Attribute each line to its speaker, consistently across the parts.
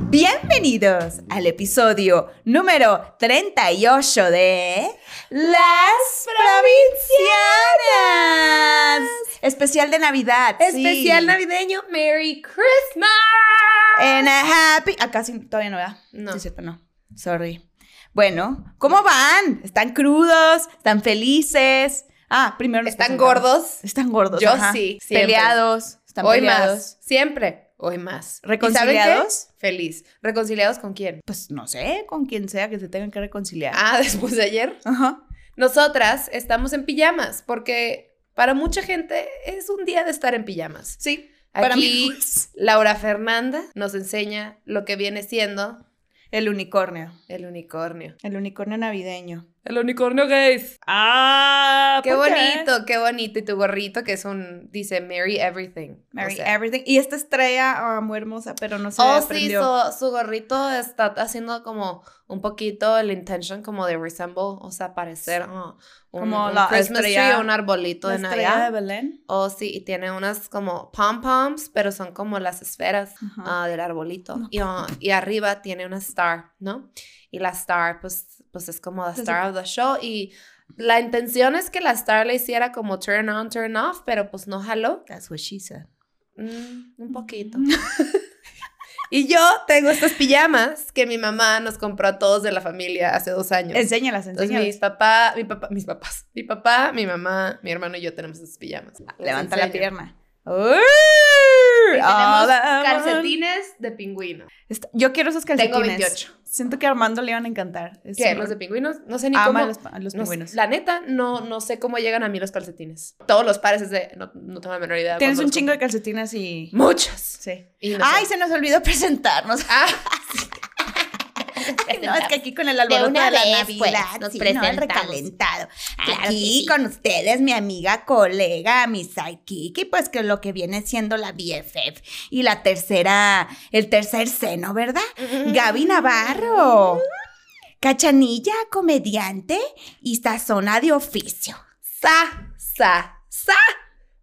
Speaker 1: Bienvenidos al episodio número 38 de Las Provincianas. Especial de Navidad. sí.
Speaker 2: Especial navideño. Merry Christmas.
Speaker 1: En a happy. Acá sí, todavía no, ¿verdad?
Speaker 2: No.
Speaker 1: Sí, es cierto, no. Sorry. Bueno, ¿cómo van? ¿Están crudos? ¿Están felices? Ah, primero los
Speaker 2: ¿Están
Speaker 1: presentamos.
Speaker 2: gordos?
Speaker 1: Están gordos.
Speaker 2: Yo
Speaker 1: ajá.
Speaker 2: sí, siempre.
Speaker 1: Peleados. Están
Speaker 2: Hoy
Speaker 1: peleados.
Speaker 2: más. Siempre. Hoy más. ¿Y saben qué?
Speaker 1: ¿Reconciliados?
Speaker 2: Feliz. ¿Reconciliados con quién?
Speaker 1: Pues no sé, con quien sea que se tengan que reconciliar.
Speaker 2: Ah, después de ayer.
Speaker 1: Ajá.
Speaker 2: Nosotras estamos en pijamas porque para mucha gente es un día de estar en pijamas.
Speaker 1: Sí. Para mí pues,
Speaker 2: Aquí
Speaker 1: es
Speaker 2: Laura Fernanda nos enseña lo que viene siendo
Speaker 1: el unicornio.
Speaker 2: el unicornio.
Speaker 1: El unicornio navideño.
Speaker 2: El unicornio gays.
Speaker 1: Ah,
Speaker 2: Qué bonito, qué bonito. Y tu gorrito que es un, dice Merry Everything.
Speaker 1: Mary
Speaker 2: O sea,
Speaker 1: Everything. Y esta estrella ah, muy hermosa, pero no se
Speaker 2: Oh, sí,
Speaker 1: aprendió.
Speaker 2: su, su gorrito está haciendo como un poquito el intention como de resemble, o sea, parecer ah, un,
Speaker 1: Como
Speaker 2: un
Speaker 1: la
Speaker 2: Christmas
Speaker 1: estrella-
Speaker 2: tree o un arbolito
Speaker 1: La
Speaker 2: de
Speaker 1: estrella de
Speaker 2: Navidad.
Speaker 1: Belén.
Speaker 2: Oh, sí, y tiene unas como pom-poms, pero son como las esferas
Speaker 1: Ajá.
Speaker 2: ah, del arbolito.
Speaker 1: No.
Speaker 2: Y, ah, y arriba tiene una star, ¿no? Y la star, pues, pues es como la
Speaker 1: Entonces-
Speaker 2: star of the show. Y la intención es que la star le hiciera como turn on, turn off, pero pues no jaló.
Speaker 1: That's what she said.
Speaker 2: Mm, un poquito. y yo tengo estas pijamas que mi mamá nos compró a todos de la familia hace dos años.
Speaker 1: Enséñalas,
Speaker 2: Entonces
Speaker 1: enséñalas.
Speaker 2: mis papá, mi papá, mis papás, mi papá, mi mamá, mi hermano y yo tenemos esas pijamas. Les
Speaker 1: Ah, Levanta
Speaker 2: enseño.
Speaker 1: la pierna.
Speaker 2: Y tenemos
Speaker 1: Hola,
Speaker 2: calcetines de pingüino.
Speaker 1: Está- Yo quiero esos calcetines.
Speaker 2: Tengo 28.
Speaker 1: Siento que a Armando le iban a encantar. Es
Speaker 2: ¿Qué?
Speaker 1: un-
Speaker 2: Los de pingüinos, no sé ni
Speaker 1: ama
Speaker 2: cómo.
Speaker 1: los, pa- los
Speaker 2: no sé-
Speaker 1: pingüinos.
Speaker 2: la neta, no, no sé cómo llegan a mí los calcetines. Todos los pares es de. No, no tengo la menor idea. de
Speaker 1: Tienes
Speaker 2: cuándo
Speaker 1: un
Speaker 2: los
Speaker 1: chingo de calcetines y...
Speaker 2: compré. Muchos.
Speaker 1: Sí.
Speaker 2: Y no sé.
Speaker 1: Ay, se nos olvidó presentarnos.
Speaker 2: Ah,
Speaker 1: Ay, no, es que aquí con el alboroto de,
Speaker 3: De una
Speaker 1: la
Speaker 3: vez, pues,
Speaker 1: Navidad,
Speaker 3: nos
Speaker 1: sí, no, el
Speaker 3: presentamos.
Speaker 1: recalentado.
Speaker 3: Claro
Speaker 1: aquí
Speaker 3: que sí.
Speaker 1: con ustedes, mi amiga, colega, mi sidekick, y pues que lo que viene siendo la BFF y la tercera, el tercer seno, ¿verdad?
Speaker 3: Mm.
Speaker 1: Gaby Navarro, cachanilla, comediante y sazona de oficio.
Speaker 2: sa, sa, sa,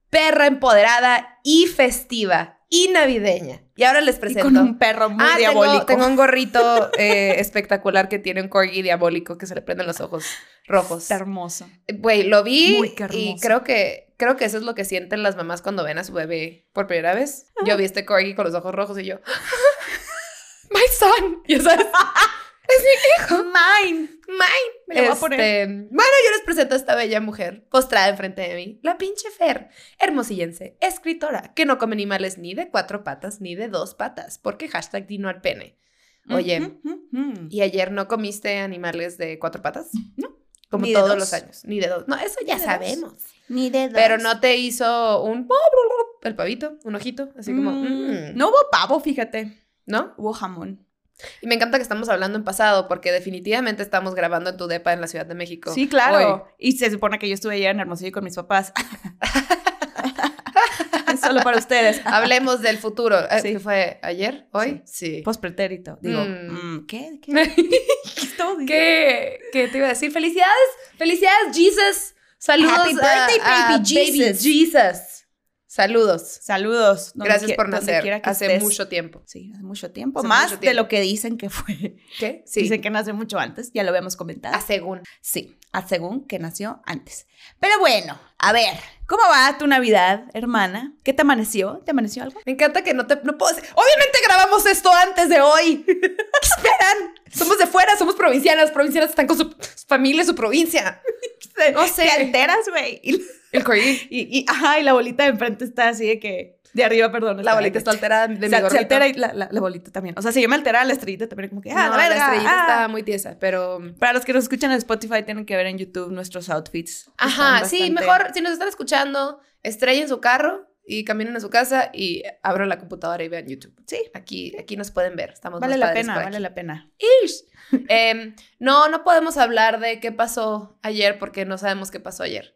Speaker 2: perra empoderada y festiva y navideña. Y ahora les
Speaker 1: Y
Speaker 2: presento.
Speaker 1: con un perro muy
Speaker 2: Ah, tengo-
Speaker 1: diabólico.
Speaker 2: Tengo, un gorrito eh, espectacular que tiene un corgi diabólico que se le prenden los ojos rojos.
Speaker 1: Está hermoso.
Speaker 2: Güey, lo vi
Speaker 1: Muy que
Speaker 2: y
Speaker 1: hermoso.
Speaker 2: creo que creo que eso es lo que sienten las mamás cuando ven a su bebé por primera vez. Yo vi este corgi con los ojos rojos y yo, my son, ya sabes,
Speaker 1: Mine.
Speaker 2: mine.
Speaker 1: Me lo voy a poner.
Speaker 2: Este, Bueno, yo les presento a esta bella mujer postrada enfrente de mí, la pinche Fer, hermosillense, escritora, que no come animales ni de cuatro patas ni de dos patas, porque hashtag dino al pene. Oye,
Speaker 1: Ujú, ujú.
Speaker 2: ¿Y ayer no comiste animales de cuatro patas?
Speaker 1: No.
Speaker 2: Como
Speaker 1: Ni de
Speaker 2: todos
Speaker 1: dos.
Speaker 2: los años. Ni de dos. No, eso ya
Speaker 1: de dos.
Speaker 2: sabemos.
Speaker 1: Ni de dos.
Speaker 2: Pero no te hizo un... El pavito, un ojito, así como...
Speaker 1: Mm,
Speaker 2: mm,
Speaker 1: No hubo pavo, fíjate.
Speaker 2: ¿No?
Speaker 1: Hubo jamón.
Speaker 2: Y me encanta que estamos hablando en pasado, porque definitivamente estamos grabando en tu depa en la Ciudad de México.
Speaker 1: Sí, claro. Y se supone que yo estuve allá en Hermosillo con mis papás. Solo para ustedes.
Speaker 2: Hoy. Hablemos del futuro. Eh,
Speaker 1: Sí.
Speaker 2: ¿Qué fue? ¿Ayer? ¿Hoy? Sí.
Speaker 1: Pospretérito. Digo,
Speaker 2: Mm.
Speaker 1: mm, ¿qué? ¿Qué? ¿Qué estamos diciendo?
Speaker 2: ¿Qué, ¿Qué te iba a decir? ¡Felicidades! ¡Felicidades, Jesus! ¡Saludos
Speaker 1: Happy
Speaker 2: a-
Speaker 1: birthday,
Speaker 2: a
Speaker 1: baby Jesus.
Speaker 2: Jesus. ¡Saludos!
Speaker 1: Saludos. donde
Speaker 2: Gracias
Speaker 1: quie-
Speaker 2: por
Speaker 1: donde
Speaker 2: nacer.
Speaker 1: quiera que
Speaker 2: Hace
Speaker 1: estés.
Speaker 2: mucho tiempo.
Speaker 1: Sí, hace mucho tiempo.
Speaker 2: Hace
Speaker 1: Más
Speaker 2: mucho
Speaker 1: de
Speaker 2: tiempo.
Speaker 1: lo que dicen que fue.
Speaker 2: ¿Qué? Sí.
Speaker 1: Dicen que nació mucho antes. Ya lo habíamos comentado.
Speaker 2: A según.
Speaker 1: Sí, a según que nació antes. Pero bueno, a ver, ¿cómo va tu Navidad, hermana? ¿Qué te amaneció? ¿Te amaneció algo?
Speaker 2: Me encanta que no te. No puedo decir- Obviamente grabamos esto antes de hoy. ¿Qué esperan? Somos de fuera, somos provincianas. Provincianas están con su, su familia, su provincia. No sé.
Speaker 1: Te alteras, güey. Y
Speaker 2: El corgi.
Speaker 1: Y, y, ajá, y la bolita de enfrente está así de que. De arriba, perdón.
Speaker 2: La bolita está alterada de
Speaker 1: de
Speaker 2: mi
Speaker 1: se,
Speaker 2: gorrito.
Speaker 1: altera y la, la- la bolita también. O sea, si yo me altera la estrellita también, como que. Ah,
Speaker 2: No,
Speaker 1: la,
Speaker 2: la
Speaker 1: verga,
Speaker 2: estrellita
Speaker 1: ah.
Speaker 2: está muy tiesa, pero.
Speaker 1: Para los que nos escuchan en Spotify, tienen que ver en YouTube nuestros outfits. que
Speaker 2: Ajá,
Speaker 1: están
Speaker 2: sí,
Speaker 1: bastante-
Speaker 2: mejor si nos están escuchando, estrellen su carro y caminen a su casa y abran la computadora y vean YouTube.
Speaker 1: Sí.
Speaker 2: Aquí, aquí nos pueden ver. Estamos
Speaker 1: Vale
Speaker 2: más
Speaker 1: la
Speaker 2: padres
Speaker 1: pena,
Speaker 2: por
Speaker 1: vale
Speaker 2: aquí.
Speaker 1: la pena.
Speaker 2: Em, no, no podemos hablar de qué pasó ayer porque no sabemos qué pasó ayer.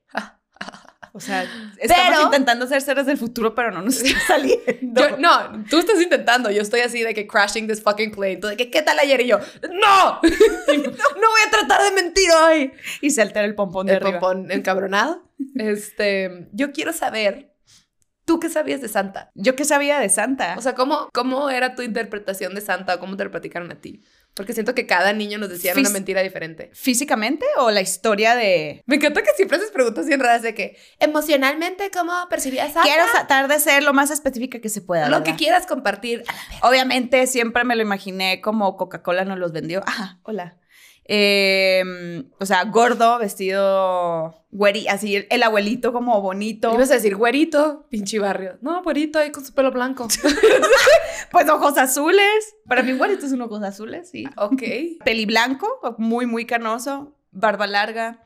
Speaker 1: O sea, estamos
Speaker 2: Pero-
Speaker 1: intentando ser seres del futuro, pero no nos está saliendo.
Speaker 2: Yo- no, tú estás intentando. Yo estoy así de que crashing this fucking plane. Tú de que, ¿qué tal ayer? Y yo, ¡no! no voy a tratar de mentir hoy.
Speaker 1: Y se altera el pompón de
Speaker 2: El
Speaker 1: arriba.
Speaker 2: pompón encabronado. Este, yo quiero saber ¿Tú qué sabías de Santa?
Speaker 1: ¿Yo qué sabía de Santa?
Speaker 2: O sea, ¿cómo, cómo era tu interpretación de Santa o cómo te lo platicaron a ti? Porque siento que cada niño nos decía
Speaker 1: Fis-
Speaker 2: una mentira diferente.
Speaker 1: ¿Físicamente o la historia de...
Speaker 2: Me encanta que siempre haces preguntas bien raras de que emocionalmente, ¿cómo percibías Santa?
Speaker 1: Quiero tratar de ser lo más específica que se pueda.
Speaker 2: lo
Speaker 1: ¿verdad?
Speaker 2: que quieras compartir.
Speaker 1: Obviamente siempre me lo imaginé como Coca-Cola nos los vendió. Ajá, hola. Eh, o sea, gordo, vestido güeri, así el, el abuelito como bonito.
Speaker 2: Ibas a decir, güerito, pinche barrio. No, güerito, ahí con su pelo blanco.
Speaker 1: Pues ojos azules. Para mí güerito es un ojos azules, sí.
Speaker 2: ok.
Speaker 1: Peliblanco, muy, muy canoso. Barba larga.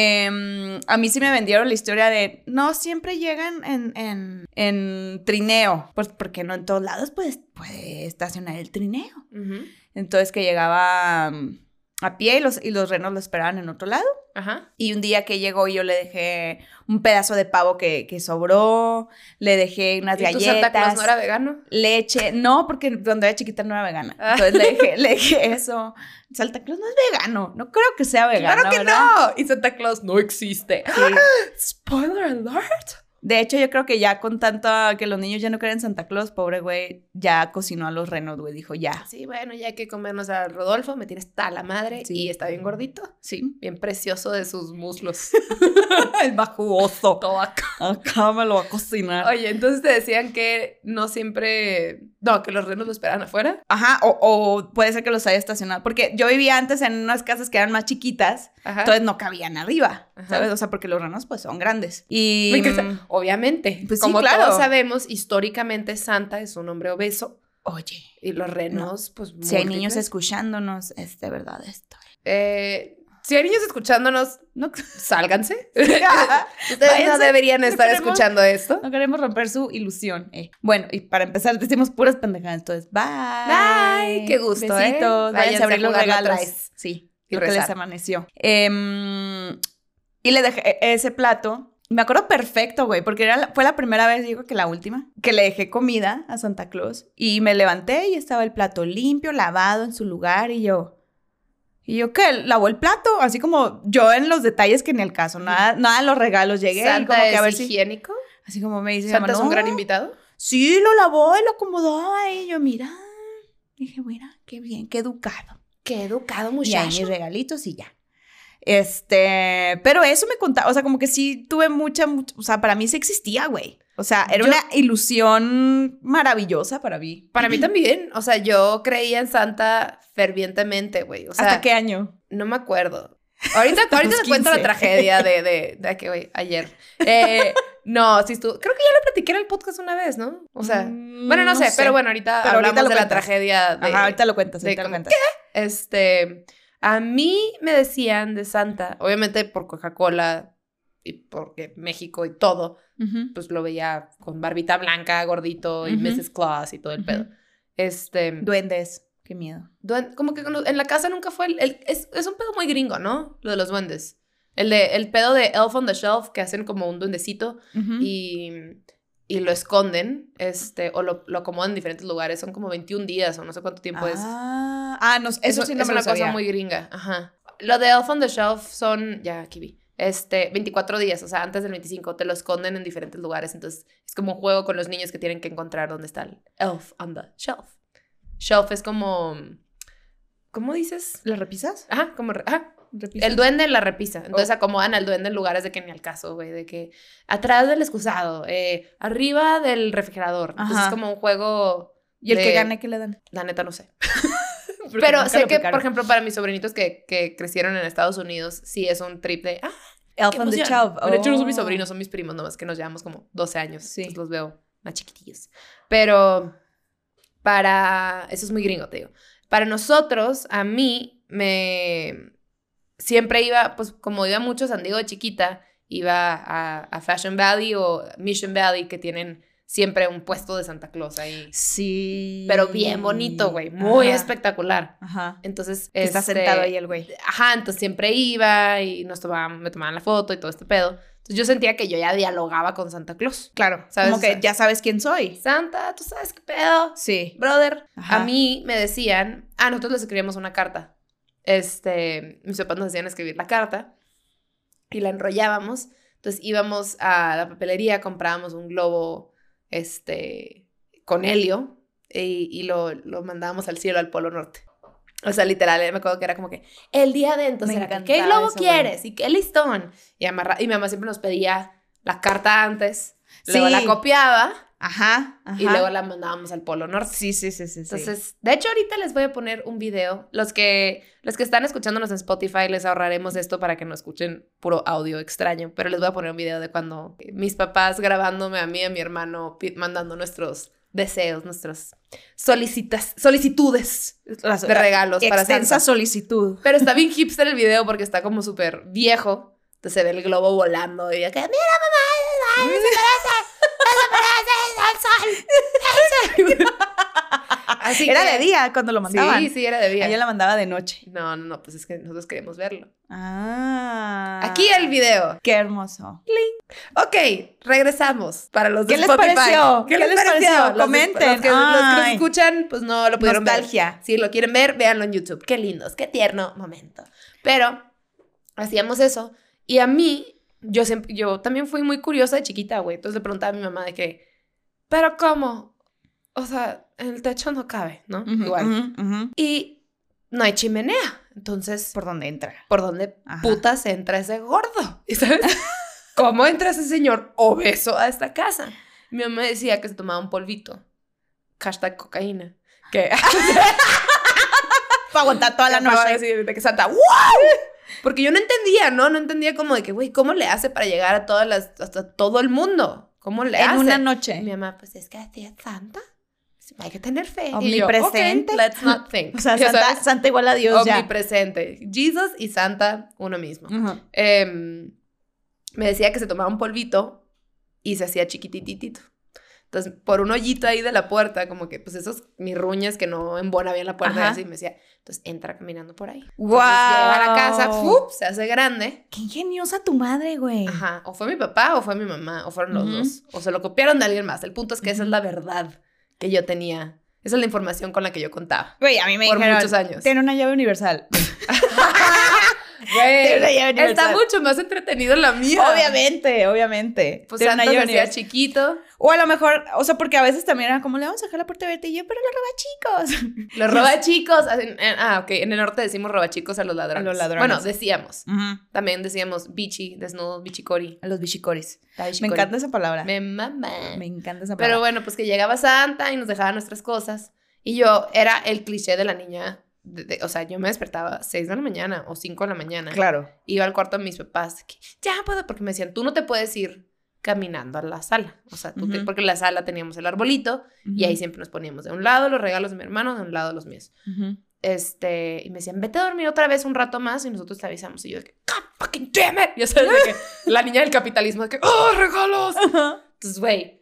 Speaker 1: Eh, a mí sí me vendieron la historia de no siempre llegan en, en, en trineo, pues porque no en todos lados pues, puede estacionar el trineo.
Speaker 2: Ujú.
Speaker 1: Entonces que llegaba mm, a pie y los, y los renos lo esperaban en otro lado.
Speaker 2: Ajá.
Speaker 1: Y un día que llegó yo le dejé un pedazo de pavo que, que sobró, le dejé unas
Speaker 2: ¿Y tu Santa Claus
Speaker 1: galletas,
Speaker 2: no era vegano?
Speaker 1: leche. No, porque cuando era chiquita no era vegana.
Speaker 2: Ah.
Speaker 1: Entonces le dejé, le dejé eso. Santa Claus no es vegano, no creo que sea vegano.
Speaker 2: ¡Claro que
Speaker 1: ¿verdad?
Speaker 2: no! Y Santa Claus no existe.
Speaker 1: Sí.
Speaker 2: Spoiler alert.
Speaker 1: De hecho, yo creo que ya con tanto que los niños ya no creen en Santa Claus, pobre güey, ya cocinó a los renos, güey. Dijo, ya,
Speaker 2: Sí, bueno, ya hay que comernos a Rodolfo, me tienes tal la madre
Speaker 1: Sí.
Speaker 2: y está bien gordito,
Speaker 1: sí.
Speaker 2: bien precioso de sus muslos.
Speaker 1: El bajugoso.
Speaker 2: Todo acá.
Speaker 1: Acá me lo va a cocinar.
Speaker 2: Oye, entonces te decían que no siempre, no, que los renos lo esperan afuera.
Speaker 1: Ajá, o, o puede ser que los haya estacionado. Porque yo vivía antes en unas casas que eran más chiquitas,
Speaker 2: Ajá.
Speaker 1: entonces no cabían arriba,
Speaker 2: Ajá.
Speaker 1: ¿sabes? O sea, porque los renos pues son grandes. Y... mm,
Speaker 2: Me encanta. Obviamente,
Speaker 1: Pues sí,
Speaker 2: como
Speaker 1: claro.
Speaker 2: todos sabemos, históricamente Santa es un hombre obeso
Speaker 1: Oye,
Speaker 2: y los renos, pues,
Speaker 1: si hay niños
Speaker 2: múltiples.
Speaker 1: escuchándonos, es de verdad esto.
Speaker 2: Eh, si hay niños escuchándonos,
Speaker 1: No,
Speaker 2: sálganse.
Speaker 1: no
Speaker 2: Ustedes no
Speaker 1: Váyanse,
Speaker 2: deberían
Speaker 1: no
Speaker 2: estar
Speaker 1: queremos-
Speaker 2: escuchando esto.
Speaker 1: queremos romper su ilusión. eh. Bueno, y para empezar, decimos puras pendejadas. Entonces, bye.
Speaker 2: Bye, qué gusto, ¿eh?
Speaker 1: Besitos. Váyanse
Speaker 2: Váyanse
Speaker 1: a
Speaker 2: a
Speaker 1: abrir los
Speaker 2: jugar la
Speaker 1: regalos.
Speaker 2: traes.
Speaker 1: Sí,
Speaker 2: Y
Speaker 1: creo que les
Speaker 2: rezar.
Speaker 1: amaneció. Em, y le dejé e- ese plato. Me acuerdo perfecto, güey, porque era la- fue la primera vez, digo que la última, que le dejé comida a Santa Claus. Y me levanté y estaba el plato limpio, lavado en su lugar. Y yo, ¿y yo qué? ¿Lavó el plato? Así como yo en los detalles que en el caso, nada, nada en los regalos. Llegué y
Speaker 2: Santa
Speaker 1: como que a
Speaker 2: es
Speaker 1: ver si.
Speaker 2: higiénico.
Speaker 1: Así como me dice, mi
Speaker 2: Santa
Speaker 1: mamá,
Speaker 2: es un
Speaker 1: "No,
Speaker 2: gran invitado.
Speaker 1: Sí, lo lavó y lo acomodó. Y yo, mira. Dije, mira, qué bien, qué educado.
Speaker 2: Qué educado
Speaker 1: Ya, mis regalitos y ya. Este, pero eso me contaba, o sea, como que sí tuve mucha, much- o sea, para mí sí existía, güey. O sea, era
Speaker 2: Yo-
Speaker 1: una ilusión maravillosa para mí.
Speaker 2: Para mí también, o sea, yo creía en Santa fervientemente, güey. O sea,
Speaker 1: ¿Hasta qué año?
Speaker 2: no me acuerdo. Ahorita, ahorita
Speaker 1: Los
Speaker 2: te cuento la
Speaker 1: 15.
Speaker 2: tragedia de, de, de que, güey, ayer. Eh, no, sí estuvo. Creo que ya lo platiqué en el podcast una vez, ¿no? O sea,
Speaker 1: Mm,
Speaker 2: bueno, no, sé, pero bueno, ahorita
Speaker 1: Pero ahorita
Speaker 2: hablamos
Speaker 1: lo
Speaker 2: de la
Speaker 1: cuentas.
Speaker 2: tragedia de.
Speaker 1: Ajá, ahorita lo cuentas,
Speaker 2: de
Speaker 1: ahorita lo
Speaker 2: como,
Speaker 1: cuentas.
Speaker 2: Este, a mí me decían de Santa, obviamente por Coca-Cola y porque México y todo,
Speaker 1: Ujú,
Speaker 2: pues lo veía con barbita blanca, gordito y
Speaker 1: Ujú.
Speaker 2: Mrs. Claus y todo el
Speaker 1: ujú.
Speaker 2: pedo. Este,
Speaker 1: Duendes, qué miedo.
Speaker 2: duen- como que con los- en la casa nunca fue el, el- es, es un pedo muy gringo, ¿no? Lo de los duendes. El de el pedo de Elf on the Shelf que hacen como un duendecito
Speaker 1: Ujú.
Speaker 2: y y lo esconden, este, o lo, lo acomodan en diferentes lugares, son como 21 días o no sé cuánto tiempo es.
Speaker 1: ah, ah, no, eso, sí no
Speaker 2: pues, es
Speaker 1: me lo
Speaker 2: una
Speaker 1: sabía.
Speaker 2: cosa muy gringa. Ajá. Lo de Elf on the Shelf son, ya aquí vi, este, 24 días, o sea, antes del 25, te lo esconden en diferentes lugares. Entonces, es como un juego con los niños que tienen que encontrar dónde está el Elf on the Shelf. Shelf es como, ¿cómo dices?
Speaker 1: ¿Lo repisas?
Speaker 2: Ajá, como, re- ajá,
Speaker 1: ¿Repisas?
Speaker 2: el duende en la repisa.
Speaker 1: Oh.
Speaker 2: Entonces acomodan al duende en lugares de que ni al caso, güey. De que atrás del excusado, eh, arriba del refrigerador. Entonces
Speaker 1: Ajá.
Speaker 2: es como un juego,
Speaker 1: ¿Y el que
Speaker 2: de-
Speaker 1: gane qué le dan?
Speaker 2: la neta no sé.
Speaker 1: Porque
Speaker 2: Pero
Speaker 1: nunca
Speaker 2: sé
Speaker 1: lo
Speaker 2: que, por
Speaker 1: aplicaron.
Speaker 2: ejemplo, para mis sobrinitos que, que crecieron en Estados Unidos, sí es un trip de... ¡Ah,
Speaker 1: Elf
Speaker 2: qué
Speaker 1: on the
Speaker 2: emoción!
Speaker 1: Shelf.
Speaker 2: Bueno, De hecho, no son
Speaker 1: oh.
Speaker 2: mis sobrinos, son mis primos nomás, que nos llevamos como 12 años.
Speaker 1: Sí.
Speaker 2: entonces los veo más chiquitillos. Pero para... Eso es muy gringo, te digo. Para nosotros, a mí, me... Siempre iba, pues como iba mucho a San Diego de chiquita, iba a, a Fashion Valley o Mission Valley, que tienen siempre un puesto de Santa Claus ahí.
Speaker 1: Sí.
Speaker 2: Pero bien bonito, güey. Muy
Speaker 1: Ajá,
Speaker 2: espectacular.
Speaker 1: Ajá.
Speaker 2: Entonces,
Speaker 1: Que Está
Speaker 2: este,
Speaker 1: sentado ahí el güey.
Speaker 2: Ajá, entonces siempre iba y nos tomaban, me tomaban la foto y todo este pedo. Entonces yo sentía que yo ya dialogaba con Santa Claus.
Speaker 1: Claro,
Speaker 2: ¿sabes?
Speaker 1: como
Speaker 2: O
Speaker 1: que
Speaker 2: sea,
Speaker 1: ya sabes quién soy.
Speaker 2: Santa, tú sabes qué pedo,
Speaker 1: Sí.
Speaker 2: brother.
Speaker 1: Ajá.
Speaker 2: A mí me decían, ah, nosotros les escribíamos una carta. Este, mis papás nos decían escribir la carta y la enrollábamos. Entonces íbamos a la papelería, comprábamos un globo este, con helio y, y lo, lo mandábamos al cielo, al Polo Norte. O sea, literal, me acuerdo que era como que el día de entonces,
Speaker 3: Me
Speaker 2: era como, ¿qué
Speaker 3: encantaba
Speaker 2: globo
Speaker 3: eso, güey.
Speaker 2: quieres? ¿Y qué listón? Y, amarra- y mi mamá siempre nos pedía la carta antes, luego
Speaker 1: Sí.
Speaker 2: la copiaba
Speaker 1: Ajá, ajá.
Speaker 2: y luego la mandábamos al Polo Norte.
Speaker 1: Sí, sí, sí, sí. sí.
Speaker 2: Entonces, de hecho, ahorita les voy a poner un video. Los que, los que están escuchándonos en Spotify, les ahorraremos esto para que no escuchen puro audio extraño. Pero les voy a poner un video de cuando mis papás grabándome a mí y a mi hermano, pi- mandando nuestros deseos, nuestras solicitas, solicitudes
Speaker 1: Las-
Speaker 2: de regalos para
Speaker 1: extensa
Speaker 2: Santa.
Speaker 1: solicitud.
Speaker 2: Pero está bien hipster el video porque está como súper viejo. Entonces se ve el globo volando y acá, mira mamá, desaparece, desaparece al sol.
Speaker 1: Era de día cuando lo mandaban.
Speaker 2: eh, Sí, sí, era de día.
Speaker 1: Ella la mandaba de noche.
Speaker 2: No, no, no, pues es que nosotros queremos verlo.
Speaker 1: Ah.
Speaker 2: Aquí el video.
Speaker 1: Qué hermoso.
Speaker 2: Ok, regresamos para los de
Speaker 1: ¿Qué les
Speaker 2: Spotify.
Speaker 1: pareció?
Speaker 2: ¿Qué les pareció? Los de-
Speaker 1: Comenten.
Speaker 2: Los que, los que nos
Speaker 1: Ay.
Speaker 2: escuchan, pues no lo pudieron ver.
Speaker 1: Nostalgia.
Speaker 2: Si lo quieren ver, véanlo en YouTube. Qué lindos, qué tierno momento. Pero hacíamos eso. Y a mí, yo, siempre, yo también fui muy curiosa de chiquita, güey. Entonces le preguntaba a mi mamá de que, ¿pero cómo? O sea, en el techo no cabe, ¿no?
Speaker 1: Ujú,
Speaker 2: Igual.
Speaker 1: ujú, ujú.
Speaker 2: Y no hay chimenea. Entonces, ¿por,
Speaker 1: Por donde entra.
Speaker 2: por dónde
Speaker 1: Ajá.
Speaker 2: putas entra ese gordo? ¿Y sabes? ¿Cómo entra ese señor obeso a esta casa? Mi mamá decía que se tomaba un polvito. Hashtag cocaína. Que
Speaker 1: Para aguantar toda la
Speaker 2: Acababa de
Speaker 1: noche.
Speaker 2: decir de que Santa, ¡wow! Porque yo no entendía, ¿no? No entendía como de que, güey, ¿cómo le hace para llegar a todas las, hasta todo el mundo? ¿Cómo le hace?
Speaker 1: En una
Speaker 2: Mi
Speaker 1: noche.
Speaker 2: mamá, pues es que así es Santa. Hay que tener fe.
Speaker 1: Omnipresente.
Speaker 2: Y yo, "Ok, let's not think.
Speaker 1: O sea,
Speaker 2: Ya
Speaker 1: Santa,
Speaker 2: sabes, Oh,
Speaker 1: Santa igual a Dios ya.
Speaker 2: omnipresente. Jesus y Santa, uno mismo.
Speaker 1: Ujú.
Speaker 2: Em, me decía que se tomaba un polvito y se hacía chiquitititito. Entonces, por un hoyito ahí de la puerta, como que, pues esos mirruñas que no embona bien la puerta,
Speaker 1: Ajá.
Speaker 2: y así me decía, entonces entra caminando por ahí.
Speaker 1: ¡Guau!
Speaker 2: Entonces, Llega a la casa, ¡fup! se hace grande.
Speaker 1: Qué ingeniosa tu madre, güey.
Speaker 2: Ajá, o fue mi papá o fue mi mamá, o fueron los
Speaker 1: Ujú.
Speaker 2: dos, o se lo copiaron de alguien más. El punto es que esa es la verdad que yo tenía, esa es la información con la que yo contaba
Speaker 1: Güey, a mí me
Speaker 2: por
Speaker 1: dijeron,
Speaker 2: muchos años.
Speaker 1: tiene una llave universal.
Speaker 2: Güey,
Speaker 1: tiene una llave
Speaker 2: está
Speaker 1: universal.
Speaker 2: mucho más entretenido la mía.
Speaker 1: Obviamente, obviamente.
Speaker 2: Pues
Speaker 1: Tiene
Speaker 2: Santa
Speaker 1: una
Speaker 2: se
Speaker 1: llave
Speaker 2: hacía
Speaker 1: universal.
Speaker 2: chiquito,
Speaker 1: O a lo mejor, o sea, porque a veces también era como, le vamos a dejar la puerta abierta y yo, pero la roba chicos.
Speaker 2: los robachicos. hacen- eh, Ah, ok, en el norte decimos robachicos a los ladrones.
Speaker 1: A los ladrones.
Speaker 2: Bueno, decíamos. También decíamos bichi, desnudo, bichicori.
Speaker 1: A los bichicores.
Speaker 2: Ta
Speaker 1: Me
Speaker 2: bichicori.
Speaker 1: encanta esa palabra. Me,
Speaker 2: Me mama.
Speaker 1: encanta esa
Speaker 2: Pero
Speaker 1: palabra.
Speaker 2: bueno, pues que llegaba Santa y nos dejaba nuestras cosas. Y yo era el cliché de la niña. de- de- o sea, yo me despertaba 6 de la mañana o 5 de la mañana.
Speaker 1: claro.
Speaker 2: Iba al cuarto de mis papás. que, ya puedo, porque me decían, tú no te puedes ir caminando a la sala. O sea, tú te-
Speaker 1: Ujú.
Speaker 2: porque en la sala teníamos el arbolito y ahí siempre nos poníamos de un lado los regalos de mi hermano, de un lado los míos.
Speaker 1: Ujú.
Speaker 2: este, y me decían, vete a dormir otra vez un rato más y nosotros te avisamos. Y yo de que, God fucking damn it. Ya sabes, de que la niña del capitalismo, de que, oh, regalos. Entonces, güey,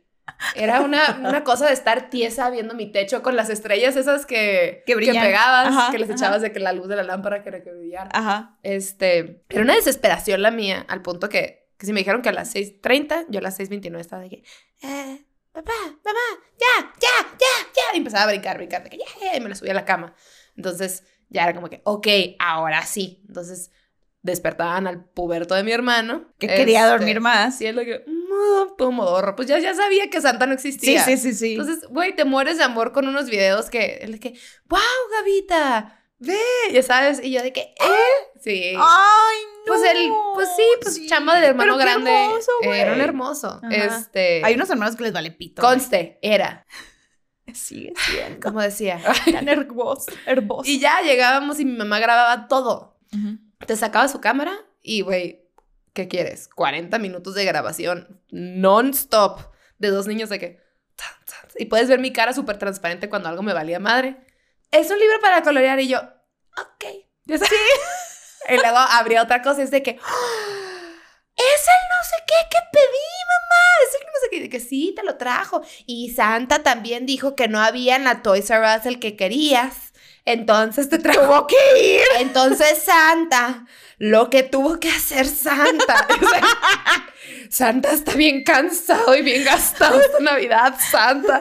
Speaker 2: era una, una cosa de estar tiesa viendo mi techo con las estrellas esas que,
Speaker 1: Que brillan.
Speaker 2: pegabas,
Speaker 1: Ajá,
Speaker 2: que les
Speaker 1: ajá.
Speaker 2: echabas de que la luz de la lámpara que era que brillara.
Speaker 1: Ajá.
Speaker 2: Este, era una desesperación la mía, al punto que, que si me dijeron que a las 6.30, yo a las 6.29 estaba de que, eh, papá, mamá, ya, ya, ya, ya. Y empezaba a brincar, brincar, de que ya, ya, y me la subía a la cama. Entonces, ya era como que, ok, ahora sí. Entonces, despertaban al puberto de mi hermano.
Speaker 1: Que quería
Speaker 2: Este,
Speaker 1: dormir más.
Speaker 2: Así es lo que, "Mm, pomodoro. Pues ya, ya sabía que Santa no
Speaker 1: Sí,
Speaker 2: existía.
Speaker 1: sí, sí, sí.
Speaker 2: Entonces, güey, te mueres Pues de amor con unos videos que, el de que, wow, Gavita, ve, ya sabes, y yo de que, ¿eh? Sí.
Speaker 1: Ay, no.
Speaker 2: Pues él, pues sí, pues chamba de hermano
Speaker 1: Pero qué
Speaker 2: grande.
Speaker 1: hermoso, güey.
Speaker 2: era un hermoso.
Speaker 1: Ajá.
Speaker 2: Este.
Speaker 1: Hay unos hermanos que les vale pito.
Speaker 2: Conste, era,
Speaker 1: güey. Sigue siendo
Speaker 2: como decía.
Speaker 1: tan hermoso. Hermoso.
Speaker 2: y ya llegábamos y mi mamá grababa todo.
Speaker 1: Ujú.
Speaker 2: Te sacaba su cámara y, güey, ¿qué quieres? 40 minutos de grabación non-stop de dos niños de que. tan, tan, Y puedes ver mi cara súper transparente cuando algo me valía madre. Es un libro para colorear y yo, ok. Ya sabes. y luego abría otra cosa y es de que. "Ah, Es el no sé qué que pedí, mamá. Es el no sé qué. Y de que sí, te lo trajo. Y Santa también dijo que no había en la Toys R Us el que querías. Entonces te trajo. Tuvo que ir. Entonces Santa, lo que tuvo que hacer Santa. O sea, Santa está bien cansado y bien gastado esta Navidad, Santa.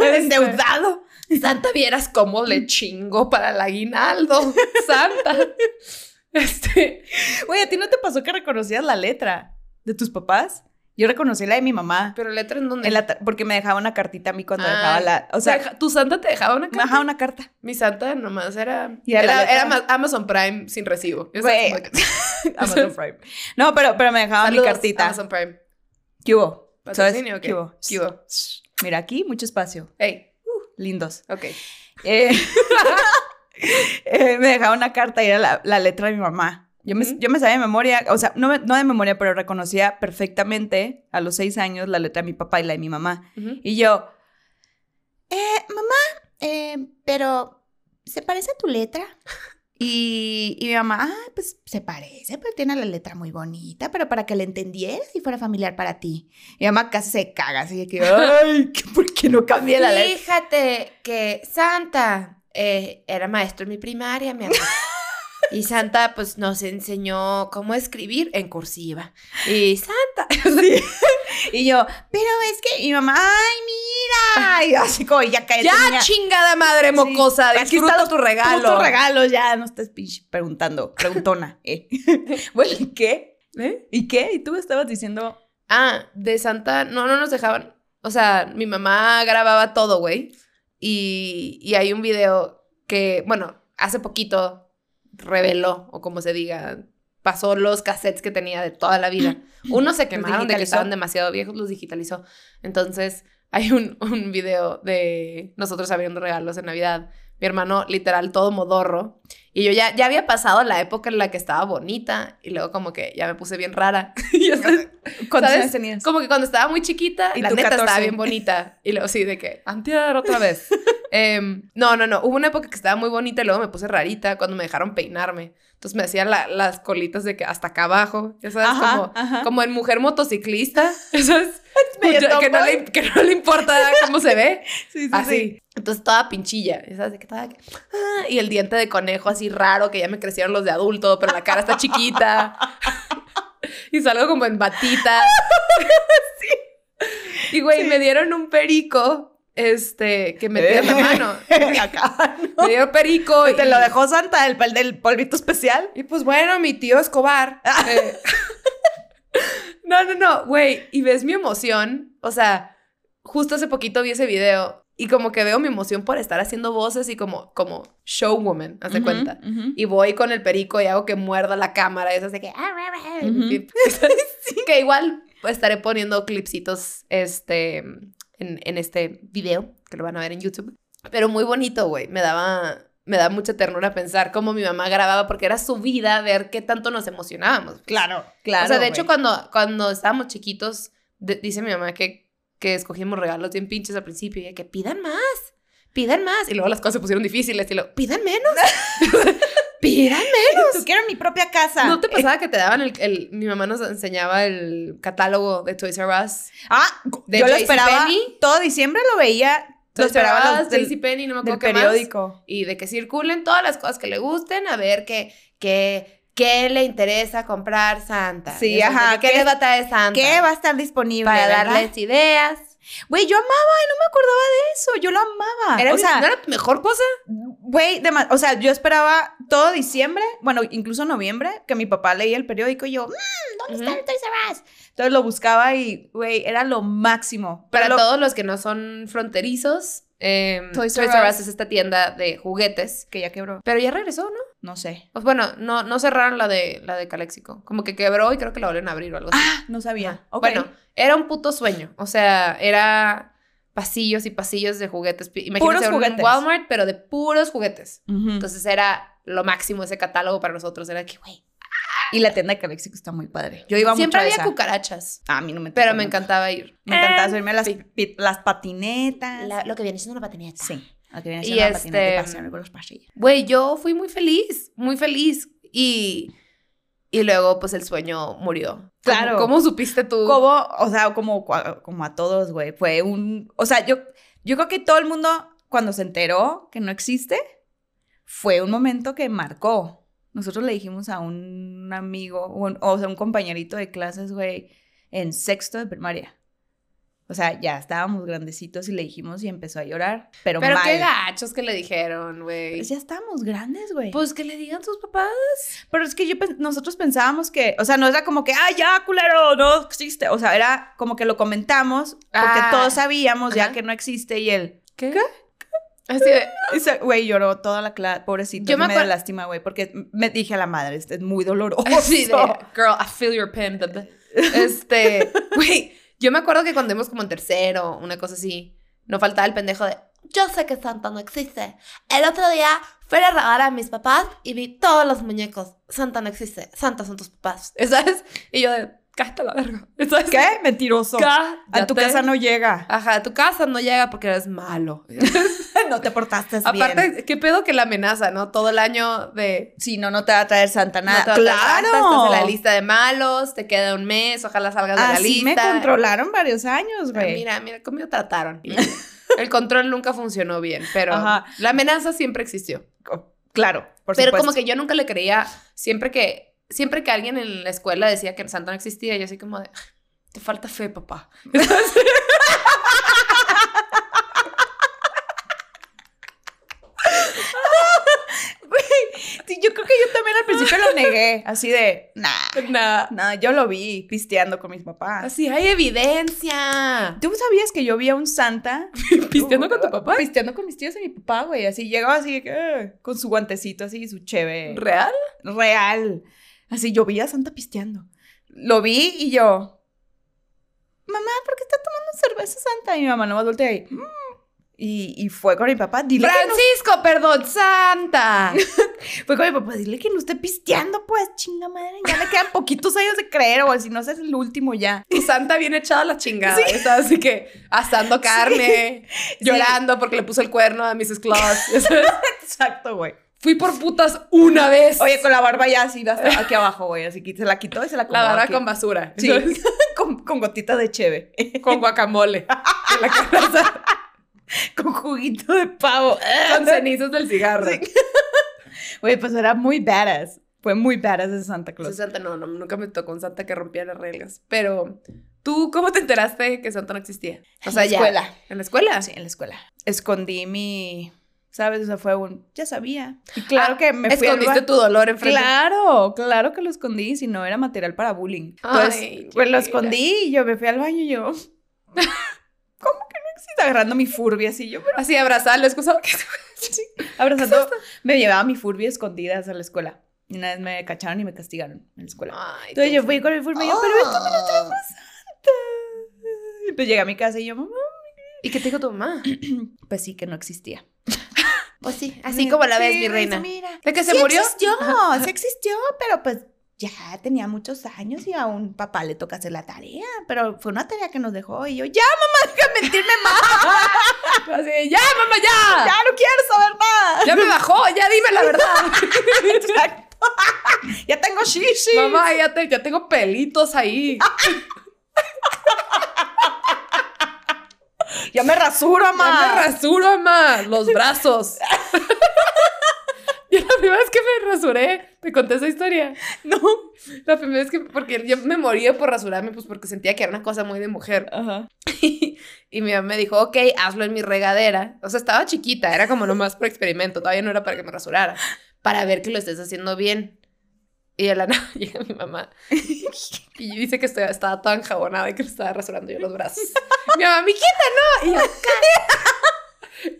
Speaker 2: Este.
Speaker 1: Endeudado.
Speaker 2: Santa, vieras cómo le chingo para el aguinaldo. Santa. Este,
Speaker 1: Güey, ¿a ti no te pasó que reconocías la letra de tus papás? Yo reconocí la de mi mamá.
Speaker 2: Pero letra en donde.
Speaker 1: en la ta- porque me dejaba una cartita a mí
Speaker 2: Ah,
Speaker 1: cuando dejaba la. O sea,
Speaker 2: tu santa te dejaba una
Speaker 1: me
Speaker 2: carta.
Speaker 1: dejaba una carta.
Speaker 2: Mi santa nomás era.
Speaker 1: Y era la
Speaker 2: Era,
Speaker 1: letra.
Speaker 2: era ma- Amazon Prime sin recibo. Esa
Speaker 1: Güey.
Speaker 2: es como que-
Speaker 1: Amazon Prime. No, pero, pero me dejaba
Speaker 2: Saludos,
Speaker 1: mi cartita.
Speaker 2: Amazon Prime.
Speaker 1: ¿Qué hubo?
Speaker 2: ¿Patrocinio o qué?
Speaker 1: ¿Qué hubo?
Speaker 2: ¿Qué hubo?
Speaker 1: Mira, aquí mucho espacio.
Speaker 2: Hey,
Speaker 1: Lindos.
Speaker 2: ok.
Speaker 1: Eh, eh, me dejaba una carta y era la, la letra de mi mamá. Yo me,
Speaker 2: Ujú.
Speaker 1: yo me sabía de memoria, o sea, no, me- no de memoria, pero reconocía perfectamente a los seis años la letra de mi papá y la de mi mamá.
Speaker 2: Ujú.
Speaker 1: Y yo, eh, mamá, eh, pero ¿se parece a tu letra? Y, y mi mamá, ah, pues se parece, pero tiene la letra muy bonita, pero para que la entendieras y fuera familiar para ti. Mi mamá casi se caga, así de que, ay, ¿por qué no cambié la letra?
Speaker 2: Fíjate que Santa eh, era maestro en mi primaria, mi amor. Y Santa, pues, nos enseñó cómo escribir en cursiva. Y Santa,
Speaker 1: Sí. Y yo, pero es que y mi mamá, ay, mira. Y yo así como, ya cállate.
Speaker 2: ya
Speaker 1: niña.
Speaker 2: chingada madre
Speaker 1: Sí.
Speaker 2: mocosa,
Speaker 1: Aquí
Speaker 2: disfruta
Speaker 1: está
Speaker 2: tu
Speaker 1: Como
Speaker 2: regalo.
Speaker 1: tus regalos, ya no estás pinche preguntando, preguntona. eh. bueno, ¿y qué?
Speaker 2: ¿Eh?
Speaker 1: ¿Y qué? Y tú estabas diciendo,
Speaker 2: Ah, de Santa, no, no nos dejaban. O sea, mi mamá grababa todo, güey. Y, y hay un video que, bueno, hace poquito reveló, o como se diga, pasó los cassettes que tenía de toda la vida. Unos se quemaron de que
Speaker 1: digitalizó.
Speaker 2: estaban demasiado viejos, los digitalizó. Entonces, hay un, un video de nosotros abriendo regalos en Navidad. Mi hermano, literal, todo modorro. Y yo ya, ya había pasado la época en la que estaba bonita. Y luego como que ya me puse bien rara. y ya sabes,
Speaker 1: ¿cuántos
Speaker 2: ¿Sabes?
Speaker 1: años tenías?
Speaker 2: como que cuando estaba muy chiquita,
Speaker 1: Y
Speaker 2: la
Speaker 1: tú
Speaker 2: neta
Speaker 1: 14.
Speaker 2: estaba bien bonita. Y luego sí, de que, antiar otra vez. Em, no, no, no. Hubo una época que estaba muy bonita y luego me puse rarita cuando me dejaron peinarme. Entonces me hacía la- las colitas de que hasta acá abajo. Ya sabes,
Speaker 1: Ajá,
Speaker 2: como,
Speaker 1: ajá.
Speaker 2: como en mujer motociclista. Ya sabes, pues
Speaker 1: medio
Speaker 2: que, que no
Speaker 1: tomboy.
Speaker 2: le, que no le importa cómo se ve.
Speaker 1: Sí, sí,
Speaker 2: Así.
Speaker 1: sí.
Speaker 2: Entonces toda pinchilla. ya sabes, de que estaba que, ah, y el diente de conejo así raro, que ya me crecieron los de adulto, pero la cara está chiquita. y salgo como en batita. Y güey,
Speaker 1: Sí.
Speaker 2: me dieron un perico, este, que metí en la mano.
Speaker 1: Acá, ¿no?
Speaker 2: Me dio perico.
Speaker 1: Eh. Te lo
Speaker 2: y-
Speaker 1: dejó Santa, el, pal- del polvito especial.
Speaker 2: y pues bueno, mi tío Escobar. eh. no, no, no, güey. Y ves mi emoción. O sea, justo hace poquito vi ese video y como que veo mi emoción por estar haciendo voces y como, como showwoman, haz de
Speaker 1: Ujú,
Speaker 2: cuenta.
Speaker 1: ujú.
Speaker 2: Y voy con el perico y hago que muerda la cámara y esas de que...
Speaker 1: Ujú.
Speaker 2: Que igual pues, estaré poniendo clipsitos este, en, en este video, que lo van a ver en YouTube. Pero muy bonito, güey. Me daba... Me da mucha ternura pensar cómo mi mamá grababa, porque era su vida ver qué tanto nos emocionábamos.
Speaker 1: Claro, claro.
Speaker 2: o sea, de hecho,
Speaker 1: güey.
Speaker 2: cuando, cuando estábamos chiquitos, de- dice mi mamá que, que escogimos regalos bien pinches al principio y ella que pidan más, pidan más. Y luego las cosas se pusieron difíciles y luego, pidan menos, pidan
Speaker 1: Tú quiero mi propia casa.
Speaker 2: Pues, ¿No te pasaba que te daban el, el- Mi mamá nos enseñaba el catálogo de Toys R Us.
Speaker 1: Ah,
Speaker 2: De
Speaker 1: yo lo
Speaker 2: JCPenney.
Speaker 1: esperaba. Todo diciembre lo veía. Lo
Speaker 2: Toys R
Speaker 1: esperaba
Speaker 2: Us,
Speaker 1: los del,
Speaker 2: JCPenney, no me acuerdo
Speaker 1: del
Speaker 2: qué más.
Speaker 1: periódico.
Speaker 2: Y de que circulen todas las cosas que le gusten, a ver qué, qué, qué le interesa comprar Santa.
Speaker 1: Sí,
Speaker 2: Y eso,
Speaker 1: ajá,
Speaker 2: ¿Qué,
Speaker 1: ¿qué-
Speaker 2: le va a traer Santa?
Speaker 1: ¿Qué va a estar disponible?
Speaker 2: Para
Speaker 1: ¿verdad?
Speaker 2: darles ideas.
Speaker 1: Güey, yo amaba y no me acordaba de eso. Yo lo amaba.
Speaker 2: Era
Speaker 1: Ah, o
Speaker 2: mi-
Speaker 1: sea,
Speaker 2: ¿No era tu mejor cosa?
Speaker 1: güey, dema- o sea, yo esperaba todo diciembre, bueno, incluso noviembre, que mi papá leía el periódico y yo, "Mm, ¿dónde está
Speaker 2: Ujú.
Speaker 1: el Toys R Us?". Entonces lo buscaba y, güey, era lo máximo.
Speaker 2: Para
Speaker 1: Pero lo-
Speaker 2: todos los que no son fronterizos, eh, Toys, R Us es esta tienda de juguetes.
Speaker 1: Que ya quebró.
Speaker 2: Pero ya regresó, ¿no?
Speaker 1: No sé.
Speaker 2: Pues bueno, no, no cerraron la de, la de Calexico. Como que quebró y creo que la volvieron a abrir o algo así.
Speaker 1: Ah, no sabía. Ok.
Speaker 2: Bueno, era un puto sueño. O sea, era pasillos y pasillos de juguetes. Pi- Imagínense
Speaker 1: Puros
Speaker 2: un
Speaker 1: juguetes.
Speaker 2: Walmart, pero de puros juguetes.
Speaker 1: Ujú.
Speaker 2: Entonces era lo máximo ese catálogo para nosotros. Era que, güey,
Speaker 1: y la tienda de Calexico está muy padre. Yo iba
Speaker 2: siempre
Speaker 1: mucho
Speaker 2: había
Speaker 1: a esa.
Speaker 2: cucarachas.
Speaker 1: Ah, A mí no me
Speaker 2: Pero
Speaker 1: tocó
Speaker 2: me
Speaker 1: nunca.
Speaker 2: encantaba ir.
Speaker 1: Me encantaba
Speaker 2: Eh,
Speaker 1: subirme a las,
Speaker 2: sí.
Speaker 1: pi- las patinetas.
Speaker 2: La- lo que viene siendo una patineta.
Speaker 1: Sí. lo que viene
Speaker 2: Y
Speaker 1: siendo la patineta
Speaker 2: este-
Speaker 1: y pasearme con los pasillos.
Speaker 2: Güey, yo fui muy feliz, muy feliz. Y, y luego, pues, el sueño murió.
Speaker 1: Claro.
Speaker 2: ¿Cómo, cómo supiste tú?
Speaker 1: como, o sea, como, cua- como a todos, güey. Fue un. O sea, yo, yo creo que todo el mundo, cuando se enteró que no existe, fue un momento que marcó. Nosotros le dijimos a un amigo, un- o sea, un compañerito de clases, güey, en sexto de primaria. O sea, ya estábamos grandecitos y le dijimos y empezó a llorar. Pero,
Speaker 2: Pero, qué
Speaker 1: mal.
Speaker 2: gachos que le dijeron, güey.
Speaker 1: Pues ya estábamos grandes, güey.
Speaker 2: Pues que le digan sus papás.
Speaker 1: Pero es que yo pen- nosotros pensábamos que, o sea, no era como que, ah, ya, culero, no existe. O sea, era como que lo comentamos porque
Speaker 2: Ah.
Speaker 1: todos sabíamos ya
Speaker 2: Ajá.
Speaker 1: que no existe y él,
Speaker 2: ¿Qué? Así de,
Speaker 1: ese güey, lloró toda la clase, pobrecito.
Speaker 2: Yo
Speaker 1: Yo
Speaker 2: me
Speaker 1: me,
Speaker 2: acuer-
Speaker 1: da lástima, güey, porque me dije a la madre, este es muy doloroso.
Speaker 2: así de, girl, I feel your pain, bebé. Este, güey, yo me acuerdo que cuando íbamos como en tercero, una cosa así, no faltaba el pendejo de, yo sé que Santa no existe. El otro día fui a robar a mis papás y vi todos los muñecos. Santa no existe, Santa son tus papás. ¿Sabes? Y yo de, cállate a la verga. ¿Sabes?
Speaker 1: ¿Qué? Mentiroso.
Speaker 2: Cállate.
Speaker 1: A tu casa no llega.
Speaker 2: Ajá, a tu casa no llega porque eres malo.
Speaker 1: no te portaste bien.
Speaker 2: Aparte, qué pedo que la amenaza, ¿no? Todo el año de...
Speaker 1: Si no, no te va a traer Santa
Speaker 2: no te
Speaker 1: nada.
Speaker 2: vas a casar,
Speaker 1: ¡Claro!
Speaker 2: Estás en la lista de malos, te queda un mes, ojalá salgas de la
Speaker 1: Así me
Speaker 2: lista.
Speaker 1: controlaron varios años,
Speaker 2: Ah,
Speaker 1: güey.
Speaker 2: Mira, mira, conmigo trataron. El control nunca funcionó bien, pero
Speaker 1: Ajá.
Speaker 2: la amenaza siempre existió.
Speaker 1: Co- Claro, por
Speaker 2: pero
Speaker 1: supuesto.
Speaker 2: como que yo nunca le creía, siempre que siempre que alguien en la escuela decía que Santa no existía, yo así como de, "Ah, te falta fe, papá.
Speaker 1: Sí, yo creo que yo también al principio lo negué, así de, nah,
Speaker 2: Nada.
Speaker 1: nah, yo lo vi pisteando con mis papás.
Speaker 2: Así, hay evidencia.
Speaker 1: ¿Tú sabías que yo vi a un santa
Speaker 2: ¿Pisteando con tu papá?
Speaker 1: Pisteando con mis tíos y mi papá, güey, así llegaba así de que, eh, con su guantecito así y su cheve
Speaker 2: ¿Real?
Speaker 1: real. Así yo vi a Santa pisteando. Lo vi y yo, mamá, ¿por qué está tomando cerveza Santa? Y mi mamá no me voltea y, "Mm". y, y fue con mi papá, dile que no
Speaker 2: Francisco, perdón, Santa.
Speaker 1: Fue con mi papá, dile que no esté pisteando, pues, chinga madre. Ya le quedan poquitos años de creer, o si no ese es el último ya.
Speaker 2: Y Santa viene echada a la chingada. está así que asando carne, llorando porque le puso el cuerno a Mrs. Claus.
Speaker 1: Exacto, güey.
Speaker 2: Fui por putas una vez.
Speaker 1: Oye, con la barba ya así, hasta aquí abajo, güey. Así que se la quitó y se la
Speaker 2: la
Speaker 1: acomodó
Speaker 2: vara
Speaker 1: aquí.
Speaker 2: con basura.
Speaker 1: Sí,
Speaker 2: Entonces,
Speaker 1: con, con gotita de cheve.
Speaker 2: con guacamole. En la casa,
Speaker 1: con juguito de pavo.
Speaker 2: con cenizas del cigarro.
Speaker 1: Sí. Güey, pues era muy badass. Fue muy badass ese Santa
Speaker 2: Sí,
Speaker 1: Claus.
Speaker 2: Santa, no, no, nunca me tocó un Santa que rompiera las reglas. Pero, ¿tú cómo te enteraste que Santa no existía? O
Speaker 1: En
Speaker 2: sea,
Speaker 1: la
Speaker 2: ya.
Speaker 1: escuela.
Speaker 2: ¿En la escuela?
Speaker 1: Sí, en la escuela. Escondí mi. ¿Sabes? O sea, fue un. Ya sabía. Y claro que me fui al
Speaker 2: Escondiste
Speaker 1: ba-
Speaker 2: tu dolor enfrente.
Speaker 1: Claro, claro que lo escondí, si no era material para bullying. Entonces,
Speaker 2: Ay,
Speaker 1: pues lo
Speaker 2: Yera.
Speaker 1: escondí y yo me fui al baño y yo. ¿Cómo que no existe? Agarrando mi Furby así, yo pero-
Speaker 2: Así abrazarlo, excusa.
Speaker 1: abrazando. me llevaba mi Furby escondidas a la escuela. Y una vez me cacharon y me castigaron en la escuela.
Speaker 2: Ay,
Speaker 1: Entonces
Speaker 2: tú-
Speaker 1: yo fui con mi Furby y yo, pero esto me lo trajo
Speaker 2: Ah.
Speaker 1: Santa. Y pues llegué a mi casa y yo, mamá,
Speaker 2: ¿Y qué te dijo tu mamá?
Speaker 1: pues sí que no existía.
Speaker 2: Pues sí, así como la ves, mi reina.
Speaker 1: Mira.
Speaker 2: ¿De que se
Speaker 1: Sí
Speaker 2: murió?
Speaker 1: existió, sí existió, pero pues ya tenía muchos años y a un papá le toca hacer la tarea, pero fue una tarea que nos dejó y yo, ya mamá, déjame mentirme más,
Speaker 2: Así, ya, mamá, ya.
Speaker 1: ya no quiero saber nada.
Speaker 2: Ya me bajó, ya dime la verdad.
Speaker 1: Exacto. ya tengo shishi.
Speaker 2: mamá, ya, te- ya tengo pelitos ahí.
Speaker 1: Ya me rasuro,
Speaker 2: Ya me
Speaker 1: mamá.
Speaker 2: rasuro, mamá. Los brazos. Y la primera vez que me rasuré, te conté esa historia.
Speaker 1: No.
Speaker 2: La primera vez que, porque yo me moría por rasurarme, pues porque sentía que era una cosa muy de mujer.
Speaker 1: Ajá.
Speaker 2: Y mi mamá me dijo, ok, hazlo en mi regadera. O sea, estaba chiquita, era como nomás por experimento, todavía no era para que me rasurara, para ver que lo estés haciendo bien. Y de la nada llega mi mamá y dice que estoy- estaba tan jabonada y que le estaba rasurando yo los brazos. Mi mamá, mi no. Y yo, "Ca-".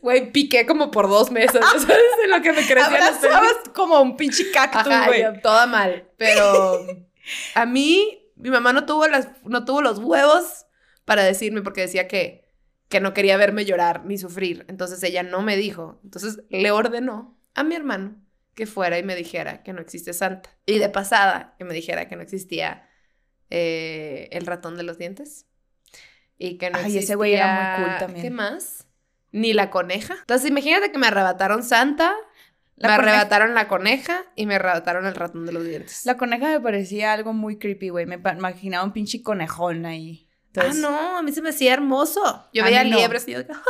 Speaker 2: Güey, piqué como por dos meses, ¿no ¿sabes? En lo que me crecían los pelos.
Speaker 1: Abrazabas como un pinche cactus,
Speaker 2: Ajá,
Speaker 1: güey.
Speaker 2: yo, toda mal. Pero a mí, mi mamá no tuvo, las, no tuvo los huevos para decirme porque decía que, que no quería verme llorar ni sufrir. Entonces ella no me dijo. Entonces le ordenó a mi hermano que fuera y me dijera que no existe Santa. Y de pasada, que me dijera que no existía eh, el ratón de los dientes. Y que no
Speaker 1: Ay, ese güey era muy cool
Speaker 2: existía-
Speaker 1: también.
Speaker 2: ¿Qué más? Ni la coneja. Entonces imagínate que me arrebataron Santa,
Speaker 1: La coneja-
Speaker 2: me arrebataron la coneja y me arrebataron el ratón de los dientes.
Speaker 1: La coneja me parecía algo muy creepy, güey. Me pa- imaginaba un pinche conejón ahí. Entonces,
Speaker 2: ah, no, a mí se me hacía hermoso. Yo
Speaker 1: A
Speaker 2: veía
Speaker 1: mí no.
Speaker 2: liebres y yo, "Ah,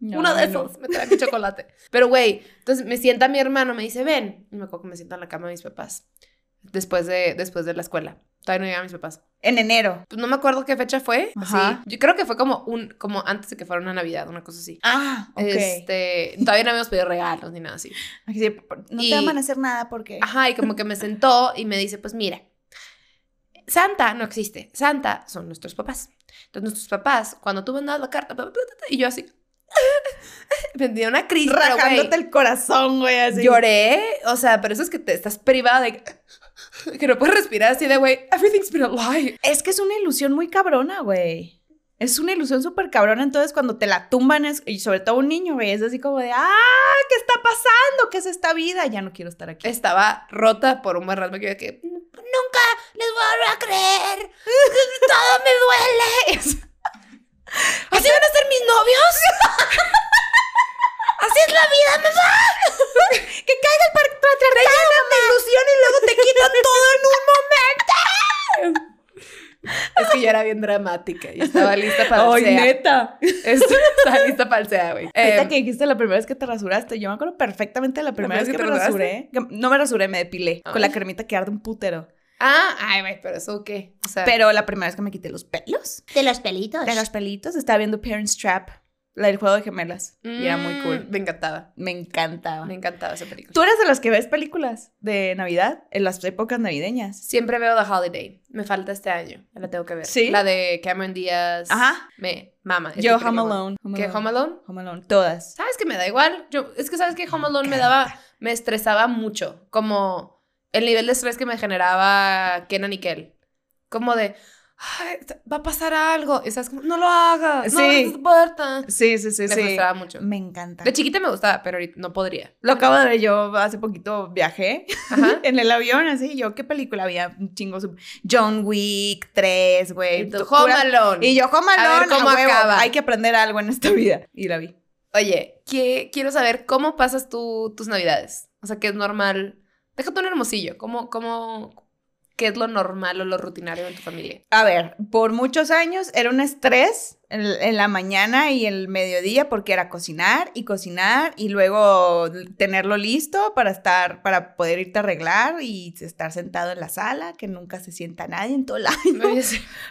Speaker 1: no,
Speaker 2: uno de
Speaker 1: no.
Speaker 2: esos, me trae mi chocolate. Pero, güey, entonces me sienta mi hermano, me dice, ven. Y me acuerdo que me sienta en la cama de mis papás después de, después de la escuela. Todavía no llegaban mis papás.
Speaker 1: En enero.
Speaker 2: Pues no me acuerdo qué fecha fue.
Speaker 1: Ajá.
Speaker 2: Sí. Yo creo que fue como un, como antes de que fuera una Navidad, una cosa así.
Speaker 1: Ah, ok.
Speaker 2: Este, todavía no habíamos pedido regalos ni nada así.
Speaker 1: Así de, por- No
Speaker 2: Y-
Speaker 1: te van a hacer nada porque.
Speaker 2: Ajá, y como que me sentó y me dice, pues mira, Santa no existe, Santa son nuestros papás. Entonces nuestros papás, cuando tú mandas la carta, bla, bla, bla, bla, y yo así, me dio una crisis, pero güey,
Speaker 1: Rajándote el corazón, güey, así.
Speaker 2: lloré, o sea, pero eso es que te estás privada de que no puedes respirar así de, güey, everything's been a lie.
Speaker 1: Es que es una ilusión muy cabrona, güey. Es una ilusión súper cabrona. Entonces, cuando te la tumban, es- y sobre todo un niño, güey, es así como de, ah, ¿qué está pasando? ¿Qué es esta vida? Ya no quiero estar aquí.
Speaker 2: Estaba rota por un barranco que yo que nunca les voy a creer, todo me duele. ¿Así van a ser mis novios? Así es la vida, mamá. que caiga el parque patriarcado, mamá. ilusión y luego te quitan todo en un momento. Es que yo era bien dramática. Yo estaba lista para el SEA.
Speaker 1: neta!
Speaker 2: Est- Estaba lista para el SEA, güey.
Speaker 1: Ahorita
Speaker 2: Em,
Speaker 1: que dijiste la primera vez que te rasuraste, yo me acuerdo perfectamente de la primera vez que,
Speaker 2: primera vez
Speaker 1: me
Speaker 2: que te
Speaker 1: rasuré. Que- No me rasuré, me depilé con la
Speaker 2: Ay.
Speaker 1: cremita que arde un putero.
Speaker 2: Ah, ay, güey, pero eso qué. O sea,
Speaker 1: Pero la primera vez que me quité los pelos,
Speaker 2: de los pelitos.
Speaker 1: de los pelitos, estaba viendo Parents Trap, la del juego de gemelas. Y era muy cool.
Speaker 2: Me encantaba.
Speaker 1: Me encantaba.
Speaker 2: Mm. Me encantaba esa película.
Speaker 1: mm. Tú eres de las que ves películas de Navidad en las épocas navideñas.
Speaker 2: Siempre veo The Holiday. Me falta este año. La tengo que ver.
Speaker 1: ¿Sí?
Speaker 2: La de Cameron Díaz.
Speaker 1: Ajá.
Speaker 2: Me mama. Es
Speaker 1: Yo
Speaker 2: que
Speaker 1: Home
Speaker 2: me
Speaker 1: Alone.
Speaker 2: mama. ¿Qué Home Ah. Alone?
Speaker 1: Home Alone, Todas.
Speaker 2: ¿Sabes que me da igual? Yo, es que sabes que Home Alone me daba, me estresaba mucho, como el nivel de estrés que me generaba Kenan y Kel. Como de, "Ay, va a pasar algo. Y sabes, como, no lo hagas, no
Speaker 1: Sí.
Speaker 2: abras la puerta.
Speaker 1: Sí, sí, sí,
Speaker 2: me
Speaker 1: sí.
Speaker 2: frustraba mucho.
Speaker 1: Me encanta.
Speaker 2: De chiquita me gustaba, pero ahorita no podría.
Speaker 1: Lo acabo de ver yo hace poquito viajé
Speaker 2: Ajá.
Speaker 1: en el avión, así yo, ¿qué película había? Un chingo. su- John Wick 3, güey.
Speaker 2: Y tú,
Speaker 1: pura-
Speaker 2: Home Alone.
Speaker 1: Y yo, Home
Speaker 2: A ver
Speaker 1: Alone, a
Speaker 2: cómo
Speaker 1: huevo,
Speaker 2: acaba.
Speaker 1: Hay que aprender algo en esta vida. Y la vi.
Speaker 2: Oye, que- quiero saber cómo pasas tú tus navidades. O sea, qué es normal. Déjate un hermosillo. ¿Cómo, cómo, qué es lo normal o lo rutinario en tu familia?
Speaker 1: A ver, por muchos años era un estrés en, en la mañana y el mediodía porque era cocinar y cocinar y luego tenerlo listo para estar, para poder irte a arreglar y estar sentado en la sala, que nunca se sienta nadie en todo el año.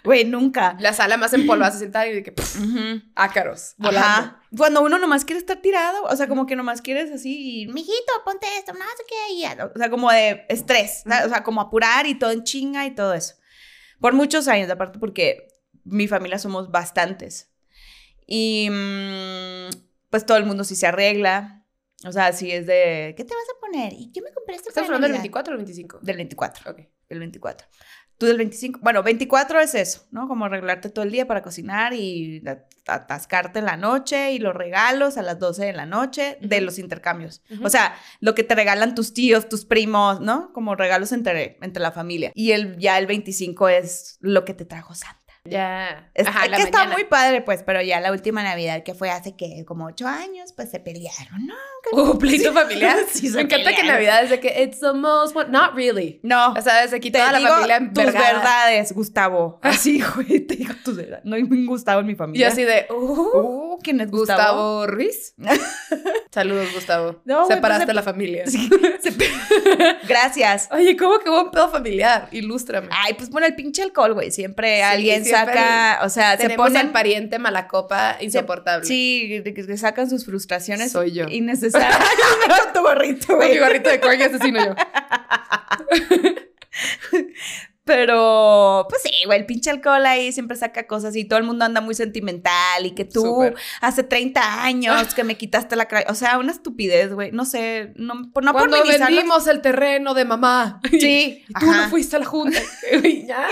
Speaker 1: Güey, nunca.
Speaker 2: La sala más empolvada se sienta y de que pff,
Speaker 1: Ujú.
Speaker 2: ácaros volando.
Speaker 1: Ajá. Cuando uno nomás quiere estar tirado, o sea, como que nomás quieres así, y, mijito, ponte esto, no sé qué, y ya", o sea, como de estrés, ¿sabes? o sea, como apurar y todo en chinga y todo eso. Por muchos años, aparte porque mi familia somos bastantes. Y mm, pues todo el mundo sí se arregla, o sea, sí es de, ¿qué te vas a poner? ¿Y qué me compraste
Speaker 2: ¿Estás
Speaker 1: para
Speaker 2: hablando del
Speaker 1: Navidad?"
Speaker 2: 24 o el 25?
Speaker 1: Del 24,
Speaker 2: Ok.
Speaker 1: del 24. Tú del 25, bueno, 24 es eso, ¿no? Como arreglarte todo el día para cocinar y at- atascarte en la noche y los regalos a las 12 de la noche de
Speaker 2: Ujú.
Speaker 1: los intercambios.
Speaker 2: Ujú.
Speaker 1: O sea, lo que te regalan tus tíos, tus primos, ¿no? Como regalos entre, entre la familia. Y el, ya el 25 es lo que te trajo Santa.
Speaker 2: Ya.
Speaker 1: Es,
Speaker 2: Ajá,
Speaker 1: es
Speaker 2: la
Speaker 1: que está
Speaker 2: mañana.
Speaker 1: muy padre, pues, pero ya la última Navidad que fue hace que como ocho años, pues se pelearon, ¿no?
Speaker 2: Uh, pleito familiar.
Speaker 1: Sí, se
Speaker 2: Me encanta que
Speaker 1: pelearon.
Speaker 2: Navidad es de que it's the most one. Not really.
Speaker 1: No,
Speaker 2: O sea, desde aquí
Speaker 1: te
Speaker 2: toda
Speaker 1: digo
Speaker 2: la familia
Speaker 1: tus
Speaker 2: envergada.
Speaker 1: verdades, Gustavo. Así, güey, te digo tus verdades. No hay ningún Gustavo en mi
Speaker 2: Yo
Speaker 1: familia.
Speaker 2: así de, uh,
Speaker 1: Uh, ¿quién es Gustavo?
Speaker 2: Gustavo Ruiz. Saludos, Gustavo.
Speaker 1: No, güey, pues,
Speaker 2: Separaste
Speaker 1: se-
Speaker 2: la familia.
Speaker 1: Gracias.
Speaker 2: Oye, ¿cómo que hubo un pedo familiar? Ilústrame.
Speaker 1: Ay, pues pon el pinche alcohol, güey. Siempre
Speaker 2: Sí,
Speaker 1: alguien
Speaker 2: siempre
Speaker 1: saca, o sea, se
Speaker 2: Tenemos al
Speaker 1: ponen...
Speaker 2: pariente malacopa insoportable.
Speaker 1: Sí, que, que sacan sus frustraciones
Speaker 2: Soy yo.
Speaker 1: innecesarias. Con tu gorrito,
Speaker 2: Con mi
Speaker 1: güey.
Speaker 2: gorrito de corgi asesino yo.
Speaker 1: Pero, pues sí, güey, el pinche alcohol ahí siempre saca cosas y todo el mundo anda muy sentimental y que tú
Speaker 2: Súper.
Speaker 1: hace 30 años que me quitaste la... cra- O sea, una estupidez, güey. No sé, no, no por
Speaker 2: Cuando
Speaker 1: minimizar las-
Speaker 2: vendimos el terreno de mamá.
Speaker 1: Sí,
Speaker 2: Y tú
Speaker 1: ajá.
Speaker 2: no fuiste a la junta. Y ya.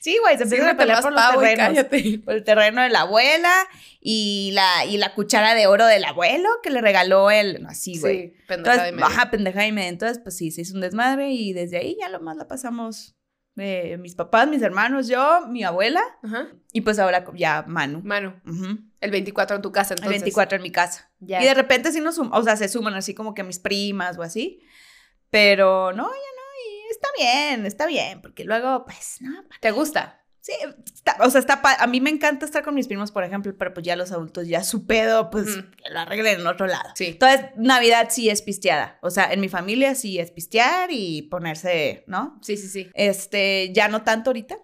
Speaker 1: Sí, güey, se empiezan a pelear por los
Speaker 2: y
Speaker 1: terrenos.
Speaker 2: cállate.
Speaker 1: Por el terreno de la abuela y la, y la cuchara de oro del abuelo que le regaló él. No, así, güey.
Speaker 2: Sí, pendejada
Speaker 1: Entonces,
Speaker 2: de medio.
Speaker 1: ajá, pendeja y media. Entonces, pues sí, se hizo un desmadre y desde ahí ya lo más la pasamos eh, mis papás, mis hermanos, yo, mi abuela
Speaker 2: Ajá.
Speaker 1: y pues ahora co- ya Manu.
Speaker 2: Manu,
Speaker 1: Ujú.
Speaker 2: el 24 en tu casa,
Speaker 1: El
Speaker 2: entonces.
Speaker 1: 24 en mi casa.
Speaker 2: Ya.
Speaker 1: Y de repente sí nos suman, o sea, se suman así como que mis primas o así. Pero no, ya no, y está bien, está bien, porque luego, pues, no,
Speaker 2: ¿Te gusta?
Speaker 1: Sí, está- o sea, está pa- a mí me encanta estar con mis primos, por ejemplo, pero pues ya los adultos, ya su pedo, pues
Speaker 2: Mm.
Speaker 1: que lo arreglen en otro lado.
Speaker 2: Sí.
Speaker 1: Entonces, Navidad sí es pisteada. O sea, en mi familia sí es pistear y ponerse, ¿no?
Speaker 2: Sí, sí, sí.
Speaker 1: Este, ya no tanto ahorita,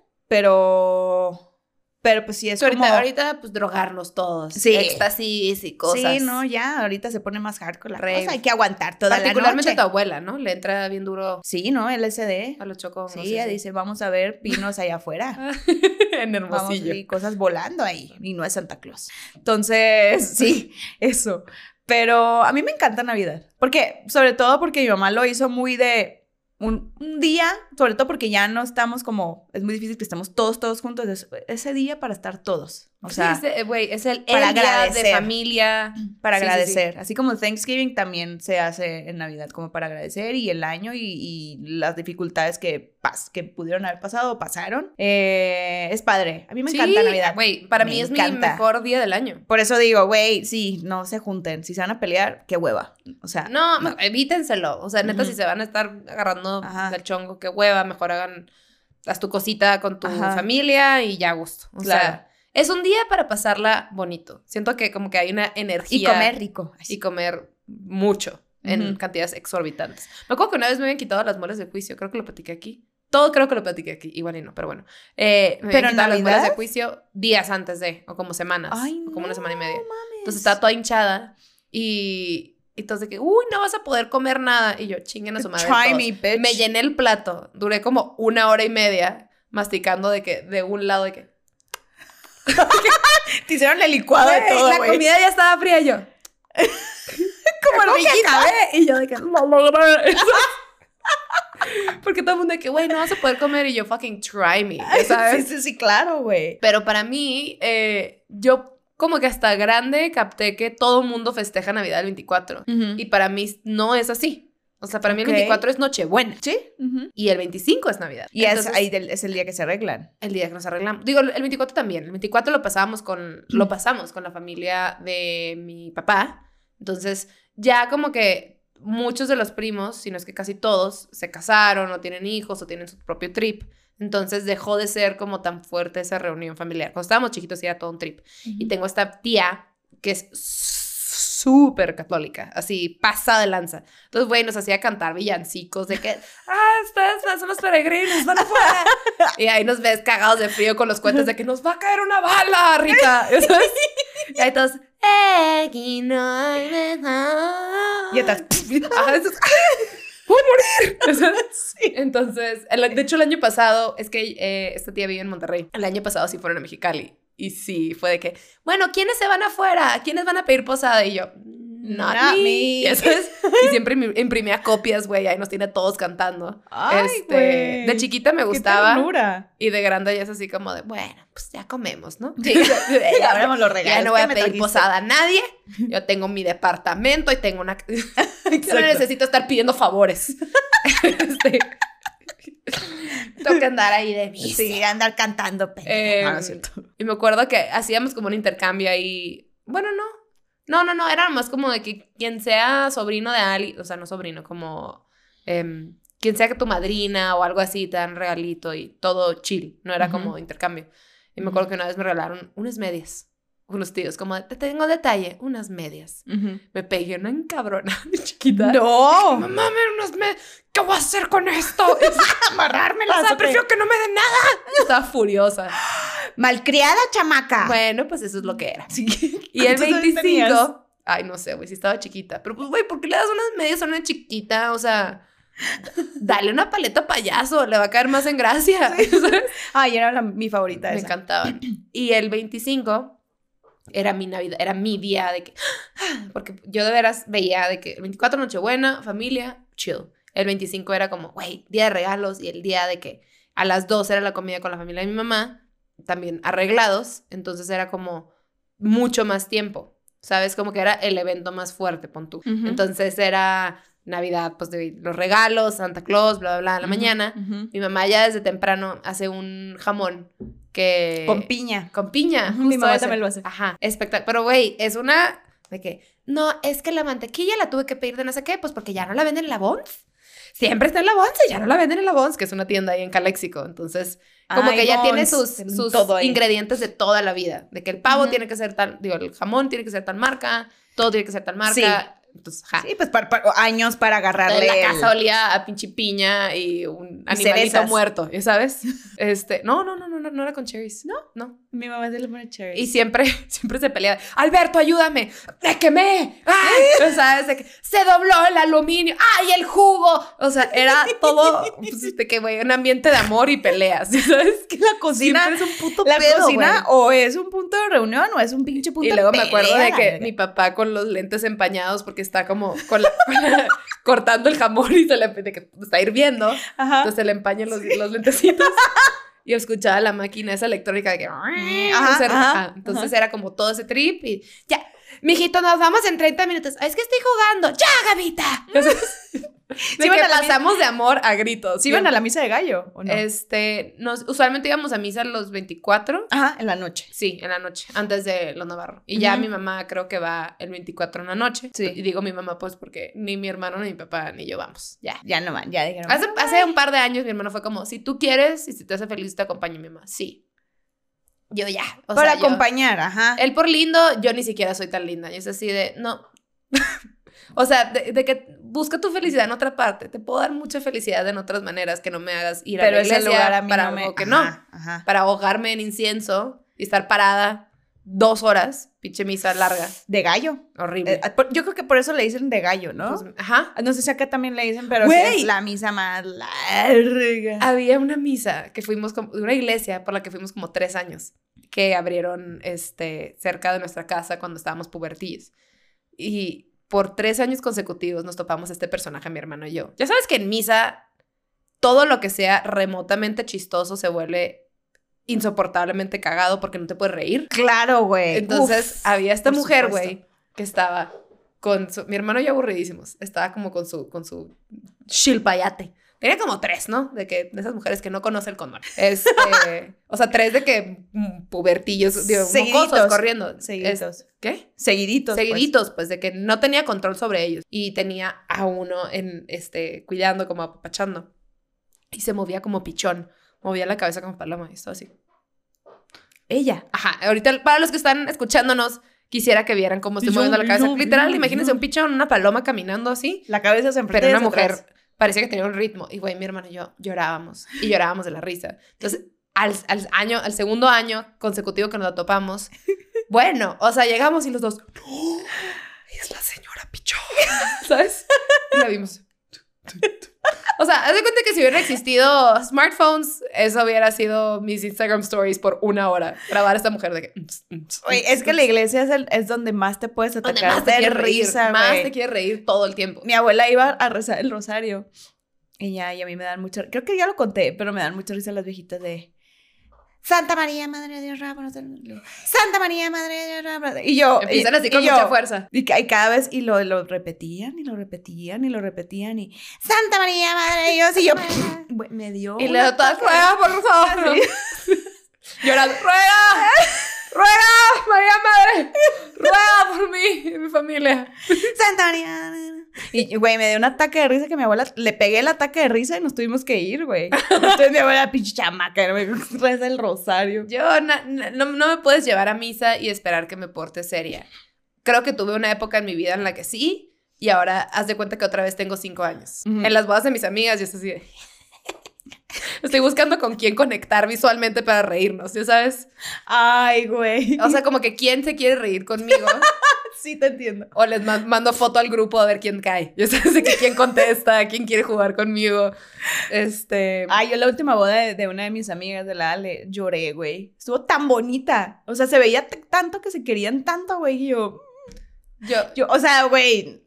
Speaker 1: pero. Pero pues sí es
Speaker 2: Entonces, ahorita,
Speaker 1: como.
Speaker 2: ahorita, pues drogarnos todos.
Speaker 1: Sí.
Speaker 2: Éxtasis y cosas.
Speaker 1: Sí, no, ya, ahorita se pone más hardcore la
Speaker 2: Rave.
Speaker 1: cosa. Hay que aguantar toda la
Speaker 2: Particularmente
Speaker 1: noche.
Speaker 2: tu abuela, ¿no? Le entra bien duro
Speaker 1: Sí, ¿no? LSD.
Speaker 2: a los chocos.
Speaker 1: Sí, ella dice, vamos a ver pinos allá afuera.
Speaker 2: en
Speaker 1: Vamos
Speaker 2: Hermosillo.
Speaker 1: y cosas volando ahí. Y no es Santa Claus. Entonces, sí, eso. Pero a mí me encanta Navidad. Porque, sobre todo porque mi mamá lo hizo muy de un, un día, sobre todo porque ya no estamos como, es muy difícil que estemos todos, todos juntos. es- ese día para estar todos. O sea,
Speaker 2: Sí, es de- güey, es el,
Speaker 1: para
Speaker 2: el día de
Speaker 1: agradecer.
Speaker 2: familia.
Speaker 1: para
Speaker 2: Sí, sí, sí.
Speaker 1: agradecer. Así como Thanksgiving también se hace en Navidad, como para agradecer y el año y, y las dificultades que, pas que pudieron haber pasado o pasaron. Eh, es padre. A mí me
Speaker 2: Sí,
Speaker 1: encanta Navidad.
Speaker 2: Güey, para
Speaker 1: Me
Speaker 2: mí es
Speaker 1: encanta.
Speaker 2: mi mejor día del año.
Speaker 1: Por eso digo, güey, sí, no se junten. Si se van a pelear, qué hueva. O sea,
Speaker 2: No, ma- evítenselo. O sea,
Speaker 1: Ah,
Speaker 2: neta,
Speaker 1: Ujú.
Speaker 2: si se van a estar agarrando
Speaker 1: Ajá.
Speaker 2: del chongo, qué hueva, mejor hagan, haz tu cosita con tu
Speaker 1: Ajá.
Speaker 2: familia y ya a gusto. O
Speaker 1: Claro.
Speaker 2: sea, es un día para pasarla bonito. Siento que como que hay una energía.
Speaker 1: y comer rico. Ay,
Speaker 2: Y comer mucho en
Speaker 1: Ujú.
Speaker 2: cantidades exorbitantes. Me acuerdo que una vez me habían quitado las muelas de juicio, creo que lo platiqué aquí. Todo creo que lo platiqué aquí, igual y no, pero bueno. Eh, me
Speaker 1: ¿Pero
Speaker 2: habían quitado las muelas de
Speaker 1: Navidad?
Speaker 2: juicio días antes de, o como semanas,
Speaker 1: Ay,
Speaker 2: o como una semana y
Speaker 1: no
Speaker 2: media.
Speaker 1: mames.
Speaker 2: Entonces estaba toda hinchada y y entonces que, uy, no vas a poder comer nada. Y yo, chinguen a su madre.
Speaker 1: Try
Speaker 2: todos".
Speaker 1: me, bitch.
Speaker 2: Me llené el plato. Duré como una hora y media masticando de que de un lado de que.
Speaker 1: Te hicieron el licuado de
Speaker 2: "Güey,
Speaker 1: todo,
Speaker 2: la
Speaker 1: güey.
Speaker 2: comida ya estaba fría y yo.
Speaker 1: como
Speaker 2: ¿Cómo que
Speaker 1: hormiguita.
Speaker 2: acabé? Y yo de que no logré eso". Porque todo el mundo de que, güey, no vas a poder comer. Y yo, fucking try me. ya
Speaker 1: Sí,
Speaker 2: ¿Sabes?
Speaker 1: sí, sí, claro, güey.
Speaker 2: Pero para mí, eh, yo como que hasta grande capté que todo el mundo festeja Navidad el 24. Y para mí no es así. O sea, para mí
Speaker 1: Ok.
Speaker 2: el 24 es Nochebuena
Speaker 1: Sí. ujú.
Speaker 2: y el 25 es Navidad.
Speaker 1: Y es-
Speaker 2: Entonces,
Speaker 1: ahí del- es el día que se arreglan.
Speaker 2: el día que nos arreglamos. Digo, el 24 también. El 24 lo pasábamos con lo pasamos con la familia de mi papá. Entonces, ya como que muchos de los primos, si no es que casi todos, se casaron o tienen hijos o tienen su propio trip. Entonces dejó de ser como tan fuerte esa reunión familiar. Cuando estábamos chiquitos era todo un trip. Y tengo esta tía que es súper católica, así pasada de lanza. Entonces, güey, nos hacía cantar villancicos de que, ah, ustedes son los peregrinos, van afuera. Y ahí nos ves cagados de frío con los cuentos de que nos va a caer una bala, Rita. ¿Ya sabes? Y ahí todos, "Aquí no hay mejor".
Speaker 1: Y estás...
Speaker 2: Ajá, eso es- ¡Voy a morir! O sea, Entonces, el- de hecho, el año pasado, es que eh, esta tía vive en Monterrey. El año pasado sí fueron a Mexicali. Y sí, fue de que, bueno, ¿quiénes se van afuera? ¿Quiénes van a pedir posada? Y yo, not,
Speaker 1: Not
Speaker 2: me.
Speaker 1: me.
Speaker 2: Y, eso es- y siempre im- imprimía copias, güey, ahí nos tiene a todos cantando.
Speaker 1: Ay,
Speaker 2: Este,
Speaker 1: güey.
Speaker 2: de chiquita me
Speaker 1: Qué
Speaker 2: gustaba.
Speaker 1: ternura.
Speaker 2: Y de grande ya es así como de, bueno, pues ya comemos, ¿no?
Speaker 1: Y
Speaker 2: ya,
Speaker 1: abramos los regalos.
Speaker 2: ya no voy
Speaker 1: que
Speaker 2: a
Speaker 1: me
Speaker 2: pedir
Speaker 1: trajiste.
Speaker 2: posada a nadie. Yo tengo mi departamento y tengo una. Yo no
Speaker 1: Exacto.
Speaker 2: necesito estar pidiendo favores. Este, Tengo que andar ahí de mí.
Speaker 1: Sí, andar cantando. pendeja.
Speaker 2: Eh,
Speaker 1: Ah, No, no es cierto.
Speaker 2: Y me acuerdo que hacíamos como un intercambio ahí. Bueno, no. No, no, no. Era más como de que quien sea sobrino de alguien. O sea, no sobrino, como. em, quien sea que tu madrina o algo así te dan regalito y todo chill. No era
Speaker 1: Ujú.
Speaker 2: como intercambio. Y me acuerdo que una vez me regalaron unas medias. Unos tíos, como de, te tengo detalle, unas medias. Me pegué una encabronada de chiquita.
Speaker 1: No.
Speaker 2: Mamá, me dieron unas medias. ¿Qué voy a hacer con esto?
Speaker 1: Amarrármelas.
Speaker 2: o
Speaker 1: ¿o
Speaker 2: sea,
Speaker 1: qué?
Speaker 2: prefiero que no me den nada. Estaba furiosa.
Speaker 1: Malcriada, chamaca.
Speaker 2: Bueno, pues eso es lo que era.
Speaker 1: Sí.
Speaker 2: Y el
Speaker 1: ¿Cuántos años tenías?
Speaker 2: 25. Ay, no sé, güey, si estaba chiquita. Pero pues, güey, ¿por qué le das unas medias a una chiquita? O sea, dale una paleta payaso, le va a caer más en gracia. ¿sabes?
Speaker 1: Ay, era la- mi favorita.
Speaker 2: Me
Speaker 1: esa.
Speaker 2: encantaban. Y el 25 era mi Navidad, era mi día de que. Porque yo de veras veía de que el 24 Nochebuena, familia, chill. El 25 era como, güey, día de regalos y el día de que a las 2 era la comida con la familia de mi mamá, también arreglados, entonces era como mucho más tiempo, ¿sabes? Como que era el evento más fuerte, pon tú.
Speaker 1: Ujú.
Speaker 2: Entonces era Navidad, pues de los regalos, Santa Claus, bla, bla, bla, en la
Speaker 1: Ujú,
Speaker 2: mañana.
Speaker 1: ujú.
Speaker 2: Mi mamá ya desde temprano hace un jamón que...
Speaker 1: Con piña.
Speaker 2: Con piña.
Speaker 1: Ujú, Mi
Speaker 2: justo
Speaker 1: mamá
Speaker 2: ese.
Speaker 1: también lo hace.
Speaker 2: Ajá, espectacular. Pero, güey, es una de que, no, es que la mantequilla la tuve que pedir de no sé qué, pues porque ya no la venden en la Bonds. Siempre está en la Bonds y ya no la venden en la Bonds, que es una tienda ahí en Caléxico. Entonces, Como
Speaker 1: Ay,
Speaker 2: que ella tiene
Speaker 1: Bones,
Speaker 2: sus,
Speaker 1: en
Speaker 2: sus
Speaker 1: todo él.
Speaker 2: ingredientes de toda la vida. De que el pavo
Speaker 1: Ujú.
Speaker 2: tiene que ser tal, digo, el jamón tiene que ser tal marca, todo tiene que ser tal marca. Entonces, ajá.
Speaker 1: Sí, pues para, para- años para agarrarle.
Speaker 2: la
Speaker 1: el-
Speaker 2: casa olía a pinche piña y un
Speaker 1: Y
Speaker 2: animalito
Speaker 1: cerezas.
Speaker 2: muerto, ¿ya sabes? Este, no, no, no, no, no, no era con cherries. No, no.
Speaker 1: Mi mamá es de la Cherry.
Speaker 2: Y siempre, siempre se peleaba. Alberto, ayúdame. Me quemé. Ay, o sea, de que se dobló el aluminio. Ay, el jugo. O sea, era todo pues, de que, güey, un ambiente de amor y peleas. ¿ya ¿Sabes?
Speaker 1: que la cocina,
Speaker 2: Siempre es un puto
Speaker 1: la
Speaker 2: pedo,
Speaker 1: cocina
Speaker 2: güey.
Speaker 1: o es un punto de reunión o es un pinche punto
Speaker 2: Y
Speaker 1: de
Speaker 2: luego me acuerdo
Speaker 1: pelea,
Speaker 2: de
Speaker 1: la
Speaker 2: que
Speaker 1: verga.
Speaker 2: mi papá con los lentes empañados porque está como con la- con la- cortando el jamón y se le de que pues, está hirviendo.
Speaker 1: Ajá.
Speaker 2: Entonces se le empañan los, los lentecitos. Y escuchaba la máquina esa electrónica de que. entonces, era-
Speaker 1: Mm, ajá,
Speaker 2: ah, entonces era como todo ese trip y ya. Mijito, nos vamos en 30 minutos. "Ah, Es que estoy jugando. ¡Ya, Gavita! Entonces, de
Speaker 1: iban
Speaker 2: que
Speaker 1: a la-
Speaker 2: pasamos de amor a gritos.
Speaker 1: ¿Sí iban a la misa de gallo o no?
Speaker 2: Este, nos, usualmente íbamos a misa los 24.
Speaker 1: Ajá, en la noche.
Speaker 2: Sí, en la noche, antes de los Navarro. Y ya
Speaker 1: Ujú.
Speaker 2: mi mamá creo que va el 24 en la noche.
Speaker 1: Sí.
Speaker 2: Y digo mi mamá, pues porque ni mi hermano, ni mi papá, ni yo vamos. Ya.
Speaker 1: Ya no van, ya dijeron.
Speaker 2: Hace, hace un par de años mi hermano fue como, si tú quieres y si te hace feliz, te acompaño mi mamá. Sí. Yo ya. O
Speaker 1: Para
Speaker 2: sea, yo-
Speaker 1: acompañar, ajá.
Speaker 2: él por lindo, yo ni siquiera soy tan linda. Y es así de, no. o sea, de, de que busca tu felicidad en otra parte. Te puedo dar mucha felicidad en otras maneras que no me hagas ir a
Speaker 1: pero
Speaker 2: la
Speaker 1: ese
Speaker 2: iglesia
Speaker 1: lugar a mí
Speaker 2: para
Speaker 1: no me.
Speaker 2: algo que no
Speaker 1: ajá, Ajá.
Speaker 2: para ahogarme en incienso y estar parada dos horas, pinche misa larga,
Speaker 1: De gallo.
Speaker 2: horrible.
Speaker 1: Eh, por- yo creo que por eso le dicen de gallo, ¿no? Ah,
Speaker 2: Pues, ajá.
Speaker 1: no sé si acá también le dicen, pero sí es
Speaker 2: Güey.
Speaker 1: la misa más larga.
Speaker 2: Había una misa que fuimos, como, una iglesia por la que fuimos como tres años, que abrieron este, cerca de nuestra casa cuando estábamos pubertillos. Y por tres años consecutivos nos topamos este personaje, mi hermano y yo. Ya sabes que en misa todo lo que sea remotamente chistoso se vuelve insoportablemente cagado porque no te puedes reír.
Speaker 1: Claro, güey.
Speaker 2: Entonces
Speaker 1: Uf.
Speaker 2: había esta
Speaker 1: por
Speaker 2: mujer,
Speaker 1: supuesto.
Speaker 2: güey, que estaba con su, mi hermano y yo aburridísimos, estaba como con su, con su chilpayate. Tenía como tres, ¿no? De que de esas mujeres que no conoce el condón. Este, o sea, tres de que mm, pubertillos, digo,
Speaker 1: Seguiditos.
Speaker 2: mocosos corriendo.
Speaker 1: Seguiditos.
Speaker 2: Es- ¿Qué?
Speaker 1: Seguiditos. pues.
Speaker 2: Seguiditos, pues. de que no tenía control sobre ellos y tenía a uno en este cuidando como apapachando. Y se movía como pichón, movía la cabeza como paloma y estaba así.
Speaker 1: Ella.
Speaker 2: Ajá, ahorita para los que están escuchándonos, quisiera que vieran cómo estoy
Speaker 1: Pichón,
Speaker 2: moviendo la cabeza.
Speaker 1: pichón,
Speaker 2: Literal,
Speaker 1: pichón,
Speaker 2: imagínense
Speaker 1: pichón.
Speaker 2: un pichón, una paloma caminando así,
Speaker 1: La cabeza se enfrenta
Speaker 2: pero
Speaker 1: y
Speaker 2: una
Speaker 1: hacia
Speaker 2: mujer
Speaker 1: atrás.
Speaker 2: parecía que tenía un ritmo. Y güey, mi hermano y yo llorábamos y llorábamos de la risa. Entonces, al, al año, al segundo año consecutivo que nos la topamos, bueno, o sea, llegamos y los dos, "No, es la señora pichón, ¿sabes? Y la vimos. O sea, haz de cuenta que si hubieran existido smartphones, eso hubiera sido mis Instagram stories por una hora. Grabar a esta mujer de que.
Speaker 1: Güey, es que la iglesia es, el- es donde más te puedes atacar.
Speaker 2: Donde más te
Speaker 1: de
Speaker 2: quiere reír.
Speaker 1: risa,
Speaker 2: más
Speaker 1: güey.
Speaker 2: te quiere reír todo el tiempo.
Speaker 1: Mi abuela iba a rezar el rosario. Y ya, y a mí me dan mucha... Creo que ya lo conté, pero me dan mucha risa las viejitas de... Santa María, Madre de Dios, rábanos del- Santa María, Madre de Dios, rábanos... Y yo...
Speaker 2: Empiezan
Speaker 1: y-
Speaker 2: así con
Speaker 1: y yo,
Speaker 2: mucha fuerza.
Speaker 1: Y, ca- y cada vez, y lo, lo repetían, y lo repetían, y lo repetían, y... Santa María, Madre de Dios, y yo... güey, me dio...
Speaker 2: Y
Speaker 1: un
Speaker 2: le da todas
Speaker 1: ataque.
Speaker 2: ruega, por favor.
Speaker 1: Así.
Speaker 2: Llorando, ruega, ruega, María Madre, ruega por mí y mi familia.
Speaker 1: Santa María... Y, güey, me dio un ataque de risa que mi abuela... Le pegué el ataque de risa y nos tuvimos que ir, güey. Entonces mi abuela, pinche chamaca, me reza el rosario.
Speaker 2: Yo na- na- no, no me puedes llevar a misa y esperar que me porte seria. Creo que tuve una época en mi vida en la que sí, y ahora haz de cuenta que otra vez tengo cinco años.
Speaker 1: Ujú.
Speaker 2: En las bodas de mis amigas, yo estoy así de- Estoy buscando con quién conectar visualmente para reírnos, ¿ya sabes?
Speaker 1: Ay, güey.
Speaker 2: O sea, como que quién se quiere reír conmigo.
Speaker 1: sí te entiendo.
Speaker 2: O les ma- mando foto al grupo a ver quién cae. Ya sabes de que quién contesta, quién quiere jugar conmigo. Este.
Speaker 1: Ay, yo la última boda de, de una de mis amigas de la Ale lloré, güey. Estuvo tan bonita. O sea, se veía t- tanto que se querían tanto, güey. Y yo,
Speaker 2: Yo,
Speaker 1: yo, o sea, güey,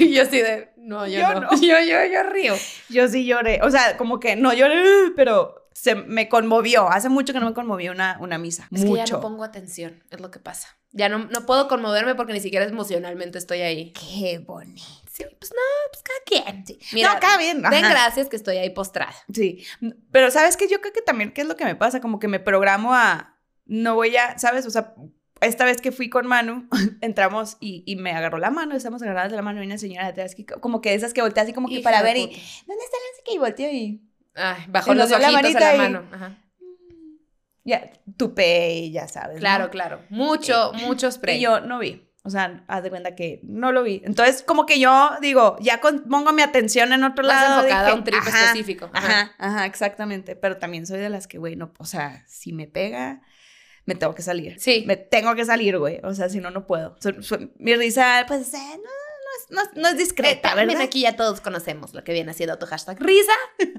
Speaker 2: yo así de. No, yo,
Speaker 1: Yo
Speaker 2: no.
Speaker 1: no.
Speaker 2: Yo, yo, yo río.
Speaker 1: yo sí lloré. O sea, como que no lloré, ¡uh! pero se me conmovió. Hace mucho que no me conmovió una, una misa.
Speaker 2: Es que ya no
Speaker 1: mucho.
Speaker 2: pongo atención, es lo que pasa. Ya no, no puedo conmoverme porque ni siquiera emocionalmente estoy ahí.
Speaker 1: Qué bonito.
Speaker 2: Sí, pues no, pues cada quien. Sí.
Speaker 1: No,
Speaker 2: Mira,
Speaker 1: acá bien.
Speaker 2: den
Speaker 1: ajá.
Speaker 2: gracias que estoy ahí postrada.
Speaker 1: Sí, pero sabes que yo creo que también, ¿qué es lo que me pasa? Como que me programo a, no voy a, ¿sabes? O sea, esta vez que fui con Manu, entramos y, y me agarró la mano, estamos agarradas de la mano y una señora detrás, que, como que de esas que voltea así como que
Speaker 2: Hija
Speaker 1: para
Speaker 2: de
Speaker 1: ver y,
Speaker 2: puta.
Speaker 1: ¿dónde está la que Y volteó y...
Speaker 2: Ay, bajó
Speaker 1: Y nos dio
Speaker 2: los
Speaker 1: la
Speaker 2: ojitos a
Speaker 1: varita
Speaker 2: la
Speaker 1: y-
Speaker 2: mano. Ajá.
Speaker 1: ya tupé, ya sabes. ¿no?
Speaker 2: Claro, claro. Mucho, mucho spray.
Speaker 1: Y yo no vi. O sea, haz de cuenta que no lo vi. Entonces, como que yo digo, ya con- pongo mi atención en otro
Speaker 2: Más
Speaker 1: lado.
Speaker 2: enfocada a
Speaker 1: dije,
Speaker 2: un trip
Speaker 1: "Ajá,
Speaker 2: específico.
Speaker 1: Ajá, ajá, exactamente. Pero también soy de las que, güey, no, o sea, si me pega, me tengo que salir.
Speaker 2: Sí.
Speaker 1: Me tengo que salir, güey. O sea, si no, no puedo. So- so- mi risa, pues, eh, no, no, es, no, no es
Speaker 2: Eh,
Speaker 1: discreta,
Speaker 2: también
Speaker 1: ¿verdad?
Speaker 2: aquí ya todos conocemos lo que viene siendo tu hashtag risa.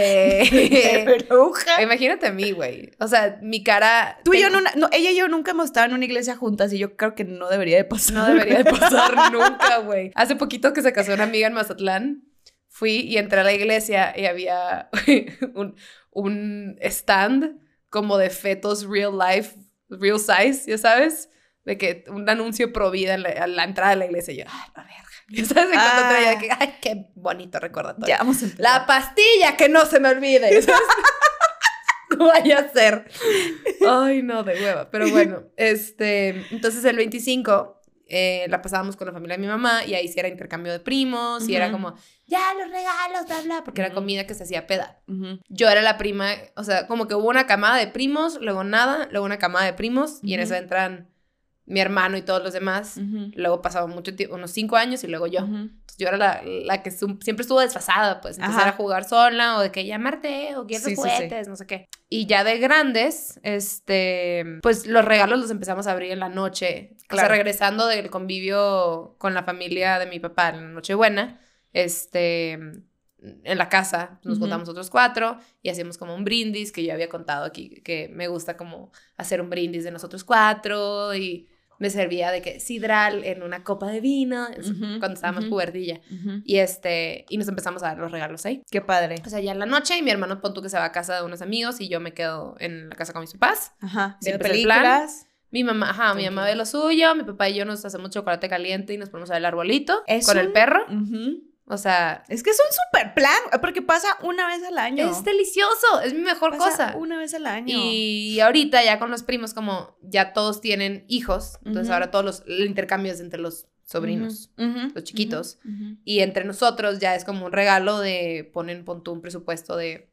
Speaker 2: Eh,
Speaker 1: Bruja.
Speaker 2: imagínate a mí, güey. O sea, mi cara.
Speaker 1: Tú y yo,
Speaker 2: tengo-
Speaker 1: en una- no, ella y yo nunca hemos estado en una iglesia juntas y yo creo que no debería de pasar.
Speaker 2: No debería de pasar nunca, güey. Hace poquito que se casó una amiga en Mazatlán, fui y entré a la iglesia y había un, un stand como de fetos real life, real size, ya sabes, de que un anuncio pro vida en la, a la entrada de la iglesia. Y yo, ay, la verga. Ya sabes, en cuanto
Speaker 1: Ah.
Speaker 2: entré, ya de que, ay, qué bonito recordatorio.
Speaker 1: Ya vamos a empezar.
Speaker 2: La pastilla que no se me olvide. no vaya a ser. Ay, no, de hueva. Pero bueno, este, entonces el 25 eh, la pasábamos con la familia de mi mamá y ahí sí era intercambio de primos y era
Speaker 1: Ujú.
Speaker 2: como, ya los regalos, bla, bla, porque era
Speaker 1: Ujú.
Speaker 2: comida que se hacía peda.
Speaker 1: Ujú.
Speaker 2: Yo era la prima, o sea, como que hubo una camada de primos, luego nada, luego una camada de primos y en
Speaker 1: Ujú.
Speaker 2: eso entran mi hermano y todos los demás.
Speaker 1: Ujú.
Speaker 2: Luego pasaban mucho tiempo, unos cinco años y luego yo.
Speaker 1: Ujú.
Speaker 2: Entonces, yo era la, la que su- siempre estuvo desfasada, pues. Entonces
Speaker 1: Ajá.
Speaker 2: era jugar sola o de que llamarte o quiero
Speaker 1: Sí, sí, sí.
Speaker 2: juguetes, no sé qué. Y ya de grandes, este, pues los regalos los empezamos a abrir en la noche. O sea,
Speaker 1: Claro.
Speaker 2: regresando del convivio con la familia de mi papá en la Nochebuena, este, en la casa nos
Speaker 1: Ujú.
Speaker 2: juntamos otros cuatro y hacíamos como un brindis que yo había contado aquí, que me gusta como hacer un brindis de nosotros cuatro y me servía de que sidral en una copa de vino, es-
Speaker 1: Ujú,
Speaker 2: cuando estábamos
Speaker 1: ujú.
Speaker 2: pubertilla.
Speaker 1: Ujú.
Speaker 2: Y este, y nos empezamos a dar los regalos ahí.
Speaker 1: Qué padre.
Speaker 2: O sea, ya en la noche y mi hermano Pontu que se va a casa de unos amigos y yo me quedo en la casa con mis papás.
Speaker 1: Ajá. Veo
Speaker 2: Siempre es el plan.
Speaker 1: películas.
Speaker 2: Mi mamá, ajá, mi mamá
Speaker 1: Tranquila.
Speaker 2: ve lo suyo, mi papá y yo nos hacemos chocolate caliente y nos ponemos a ver el arbolito
Speaker 1: Es
Speaker 2: con el
Speaker 1: un-
Speaker 2: perro.
Speaker 1: Ujú.
Speaker 2: O sea,
Speaker 1: Es que es un super plan, eh, porque pasa una vez al año.
Speaker 2: es delicioso, es mi mejor
Speaker 1: Pasa
Speaker 2: cosa.
Speaker 1: Una vez al año.
Speaker 2: Y ahorita ya con los primos, como ya todos tienen hijos, entonces
Speaker 1: Ujú.
Speaker 2: ahora todos los el intercambio es entre los sobrinos.
Speaker 1: Ujú, ujú,
Speaker 2: los chiquitos.
Speaker 1: ujú, ujú.
Speaker 2: Y entre nosotros ya es como un regalo de ponen, pon tú un presupuesto de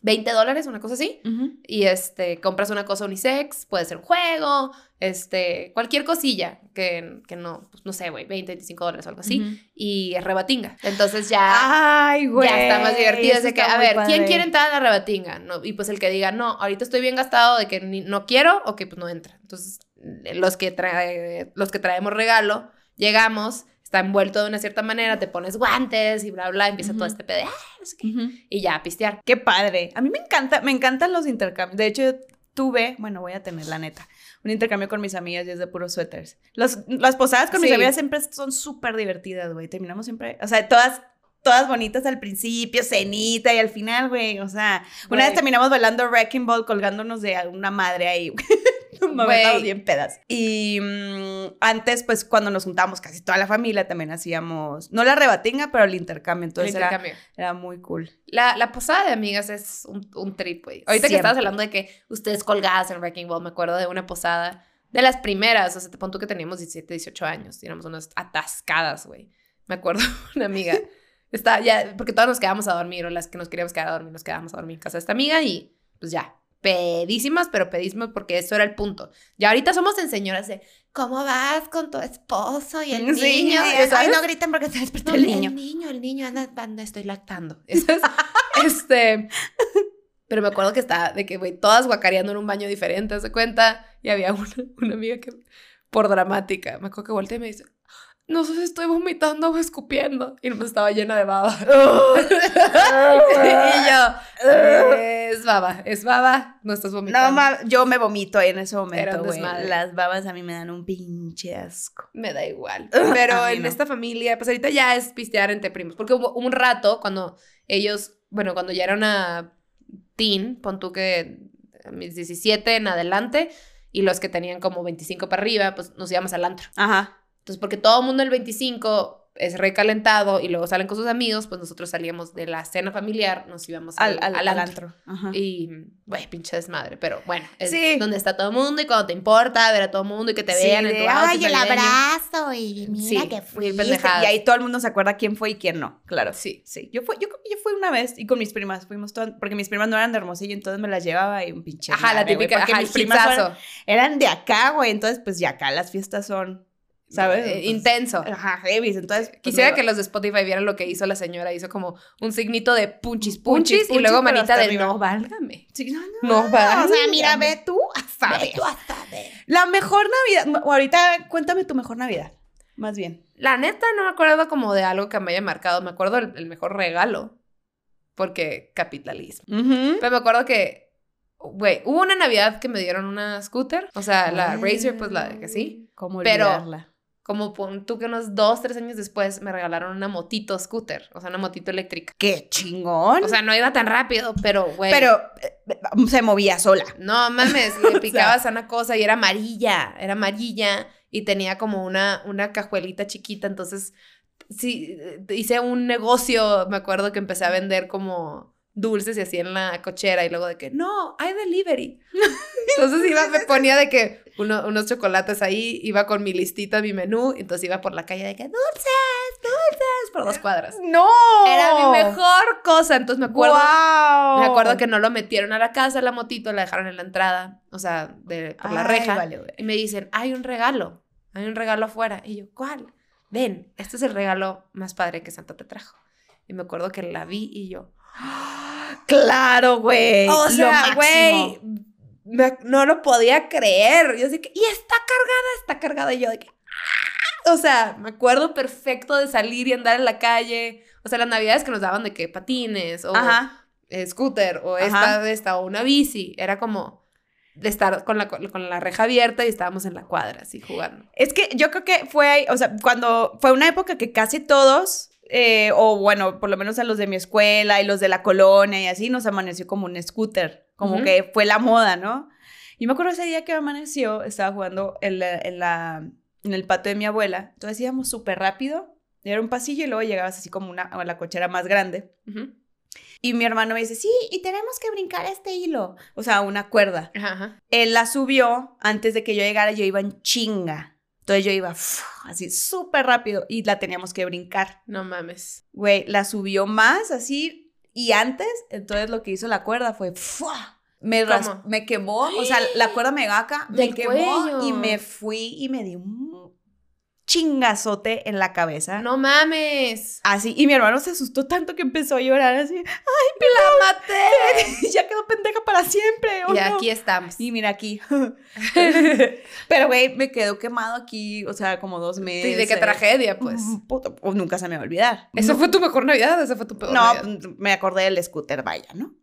Speaker 2: 20 dólares, una cosa así.
Speaker 1: Ujú.
Speaker 2: Y este, compras una cosa unisex, puede ser un juego, este, cualquier cosilla que, que no, pues, no sé, güey, 20, 25 dólares o algo así.
Speaker 1: Ujú.
Speaker 2: Y es rebatinga. Entonces ya,
Speaker 1: Ay, güey.
Speaker 2: ya está más divertido.
Speaker 1: eso
Speaker 2: Es de que,
Speaker 1: está
Speaker 2: a
Speaker 1: muy
Speaker 2: ver, ¿quién
Speaker 1: padre.
Speaker 2: quiere entrar a la rebatinga? No, y pues el que diga, no, ahorita estoy bien gastado de que ni- no quiero, o que pues no entra. Entonces, eh, los que, trae, los que traemos regalo, llegamos, está envuelto de una cierta manera, te pones guantes y bla, bla, empieza todo
Speaker 1: Ujú.
Speaker 2: este pedo, de, "Ah, no sé qué",
Speaker 1: Ujú.
Speaker 2: y ya a pistear.
Speaker 1: Qué padre. A mí me encanta, me encantan los intercambios. De hecho, yo tuve, bueno, voy a tener la neta, un intercambio con mis amigas y es de puros suéteres. Los- las posadas con mis
Speaker 2: Sí.
Speaker 1: amigas siempre son súper divertidas, güey. Terminamos siempre, o sea, todas, todas bonitas al principio, cenita y al final, güey. O sea, una
Speaker 2: Güey.
Speaker 1: vez terminamos bailando Wrecking Ball colgándonos de una madre ahí. Nos
Speaker 2: Güey.
Speaker 1: estábamos bien pedas. Y mm, antes, pues, cuando nos juntábamos casi toda la familia, también hacíamos, no la rebatinga, pero el intercambio.
Speaker 2: el
Speaker 1: Entonces era-
Speaker 2: intercambio.
Speaker 1: era muy cool.
Speaker 2: La, la posada de amigas es un, un trip, güey. Ahorita que
Speaker 1: Siempre.
Speaker 2: estabas hablando de que ustedes colgadas en Wrecking Ball, me acuerdo de una posada de las primeras. O sea, te pon tú que teníamos 17, 18 años. y éramos unas atascadas, güey. Me acuerdo una amiga. Estaba ya, porque todas nos quedábamos a dormir, o las que nos queríamos quedar a dormir, nos quedábamos a dormir en casa de esta amiga y pues ya. Pedísimas, pero pedísimas porque eso era el punto. Ya ahorita somos en señoras de cómo vas con tu esposo y el
Speaker 1: Sí,
Speaker 2: niño.
Speaker 1: sí,
Speaker 2: ya sabes?
Speaker 1: ay, no griten porque se despertó
Speaker 2: No,
Speaker 1: el niño.
Speaker 2: El niño, el niño, anda, anda, estoy lactando. Eso es, este. Pero me acuerdo que estaba de que, güey, todas guacareando en un baño diferente, ¿se cuenta? Y había una, una amiga que, por dramática, me acuerdo que volteé y me dice, no sé si estoy vomitando o escupiendo. Y me estaba llena de baba. y yo, es baba, es baba, no estás vomitando.
Speaker 1: No, ma- yo me vomito en ese
Speaker 2: Era
Speaker 1: momento,
Speaker 2: un
Speaker 1: güey.
Speaker 2: desmadre.
Speaker 1: Las babas a mí me dan un pinche asco.
Speaker 2: Me da igual.
Speaker 1: Ugh,
Speaker 2: Pero
Speaker 1: a mí
Speaker 2: en
Speaker 1: Ah, no.
Speaker 2: esta familia, pues ahorita ya es pistear entre primos. Porque hubo un rato cuando ellos, bueno, cuando ya era una teen, pon tú que a mis 17 en adelante, y los que tenían como 25 para arriba, pues nos íbamos al antro.
Speaker 1: Ajá.
Speaker 2: Entonces, porque todo el mundo el 25 es recalentado y luego salen con sus amigos, pues nosotros salíamos de la cena familiar, nos íbamos
Speaker 1: Al,
Speaker 2: al,
Speaker 1: al, al
Speaker 2: antro.
Speaker 1: antro. Ajá.
Speaker 2: Y, güey, pinche desmadre. Pero bueno, es
Speaker 1: Sí.
Speaker 2: donde está todo el mundo y cuando te importa ver a todo el mundo y que te
Speaker 1: Sí,
Speaker 2: vean en
Speaker 1: de,
Speaker 2: tu outfit
Speaker 1: Ay, el
Speaker 2: navideño".
Speaker 1: abrazo y mira
Speaker 2: Ah, Sí,
Speaker 1: que
Speaker 2: mil
Speaker 1: fuiste.
Speaker 2: pendejadas.
Speaker 1: Y ahí todo el mundo se acuerda quién fue y quién no, claro.
Speaker 2: Sí.
Speaker 1: Sí, yo, fui, yo creo que yo fui una vez y con mis primas fuimos todas, porque mis primas no eran de Hermosillo, entonces me las llevaba y un pinche.
Speaker 2: Ajá, la
Speaker 1: madre, güey,
Speaker 2: típica,
Speaker 1: porque
Speaker 2: ajá, el
Speaker 1: mis primas
Speaker 2: chizazo.
Speaker 1: eran, eran de acá, güey, entonces pues ya acá las fiestas son, ¿sabes?
Speaker 2: Eh,
Speaker 1: Entonces,
Speaker 2: intenso.
Speaker 1: Ajá, heavy, entonces. pues,
Speaker 2: Quisiera
Speaker 1: me-
Speaker 2: que los de Spotify vieran lo que hizo la señora. Hizo como un signito de punchis,
Speaker 1: Punchis,
Speaker 2: punchis,
Speaker 1: punchis,
Speaker 2: y luego
Speaker 1: pero
Speaker 2: manita
Speaker 1: hasta
Speaker 2: de
Speaker 1: arriba.
Speaker 2: no, válgame.
Speaker 1: Sí, no, no,
Speaker 2: No, válgame.
Speaker 1: o sea, mira, ve tú a saber. La mejor Navidad, o ahorita cuéntame tu mejor Navidad, más bien.
Speaker 2: La neta, no me acuerdo como de algo que me haya marcado. Me acuerdo el, el mejor regalo. Porque capitalismo. Pero me acuerdo que, güey, hubo una Navidad que me dieron una scooter. O sea,
Speaker 1: Ah.
Speaker 2: la Razer, pues la que sí.
Speaker 1: ¿Cómo
Speaker 2: Pero-
Speaker 1: olvidarla?
Speaker 2: Como pon tú que unos dos, tres años después me regalaron una motito scooter. O sea, una motito eléctrica.
Speaker 1: ¡Qué chingón!
Speaker 2: O sea, no iba tan rápido, pero, güey.
Speaker 1: pero eh, eh, se movía sola.
Speaker 2: No mames, le picabas a una cosa y era amarilla, era amarilla y tenía como una, una cajuelita chiquita, entonces sí, eh, hice un negocio, me acuerdo que empecé a vender como dulces y así en la cochera y luego de que, no, hay delivery. Entonces iba, me ponía de que uno- unos chocolates ahí, iba con mi listita, mi menú, entonces iba por la calle de que, dulces, dulces, por dos cuadras.
Speaker 1: ¡No!
Speaker 2: Era mi mejor cosa, entonces me acuerdo...
Speaker 1: ¡Guau!
Speaker 2: Me acuerdo que no lo metieron a la casa, la motito, la dejaron en la entrada, o sea, de, por la
Speaker 1: Ay,
Speaker 2: reja.
Speaker 1: vale, güey.
Speaker 2: Y me dicen, hay un regalo, hay un regalo afuera. Y yo, ¿cuál? Ven, este es el regalo más padre que Santa te trajo. Y me acuerdo que la vi y yo,
Speaker 1: Claro, güey.
Speaker 2: o
Speaker 1: Eh, Lo
Speaker 2: sea,
Speaker 1: máximo.
Speaker 2: güey, me- no lo podía creer. Yo así que, y está cargada, está cargada. Y yo de que, "Ah". o sea, me acuerdo perfecto de salir y andar en la calle. O sea, las navidades que nos daban de que patines o
Speaker 1: Ajá.
Speaker 2: eh, scooter o
Speaker 1: Ajá.
Speaker 2: esta, de esta o una bici. Era como de estar con la, co- con la reja abierta y estábamos en la cuadra así jugando.
Speaker 1: Es que yo creo que fue ahí, o sea, cuando fue una época que casi todos, eh, o bueno, por lo menos a los de mi escuela y los de la colonia y así, nos amaneció como un scooter, como
Speaker 2: Ujú.
Speaker 1: que fue la moda, ¿no? Y me acuerdo ese día que me amaneció, estaba jugando en, la- en la- en el patio de mi abuela, entonces íbamos súper rápido, era un pasillo y luego llegabas así como una, a la cochera más grande.
Speaker 2: Ujú.
Speaker 1: Y mi hermano me dice, sí, y tenemos que brincar este hilo, o sea, una cuerda.
Speaker 2: Ajá, ajá.
Speaker 1: Él la subió antes de que yo llegara, yo iba en chinga. Entonces yo iba uf, así súper rápido y la teníamos que brincar.
Speaker 2: No mames.
Speaker 1: Güey, la subió más así y antes, entonces lo que hizo la cuerda fue ¡fua! Me, ras-
Speaker 2: ¿Cómo?
Speaker 1: me quemó, o sea, la cuerda me llegó acá, me
Speaker 2: Del
Speaker 1: quemó
Speaker 2: cuello.
Speaker 1: y me fui y me di un chingazote en la cabeza.
Speaker 2: No mames.
Speaker 1: Así, y mi hermano se asustó tanto que empezó a llorar así,
Speaker 2: ¡La maté!
Speaker 1: ya quedó pendeja para siempre. oh
Speaker 2: Y
Speaker 1: no".
Speaker 2: aquí estamos.
Speaker 1: Y mira aquí. Pero, güey, me quedó quemado aquí, o sea, como dos meses.
Speaker 2: Sí, de qué tragedia, pues.
Speaker 1: Mm, puta, pues, nunca se me va a olvidar.
Speaker 2: ¿Eso fue tu mejor Navidad o esa fue tu peor
Speaker 1: No, pues,
Speaker 2: Navidad?
Speaker 1: me acordé del scooter, vaya, ¿no?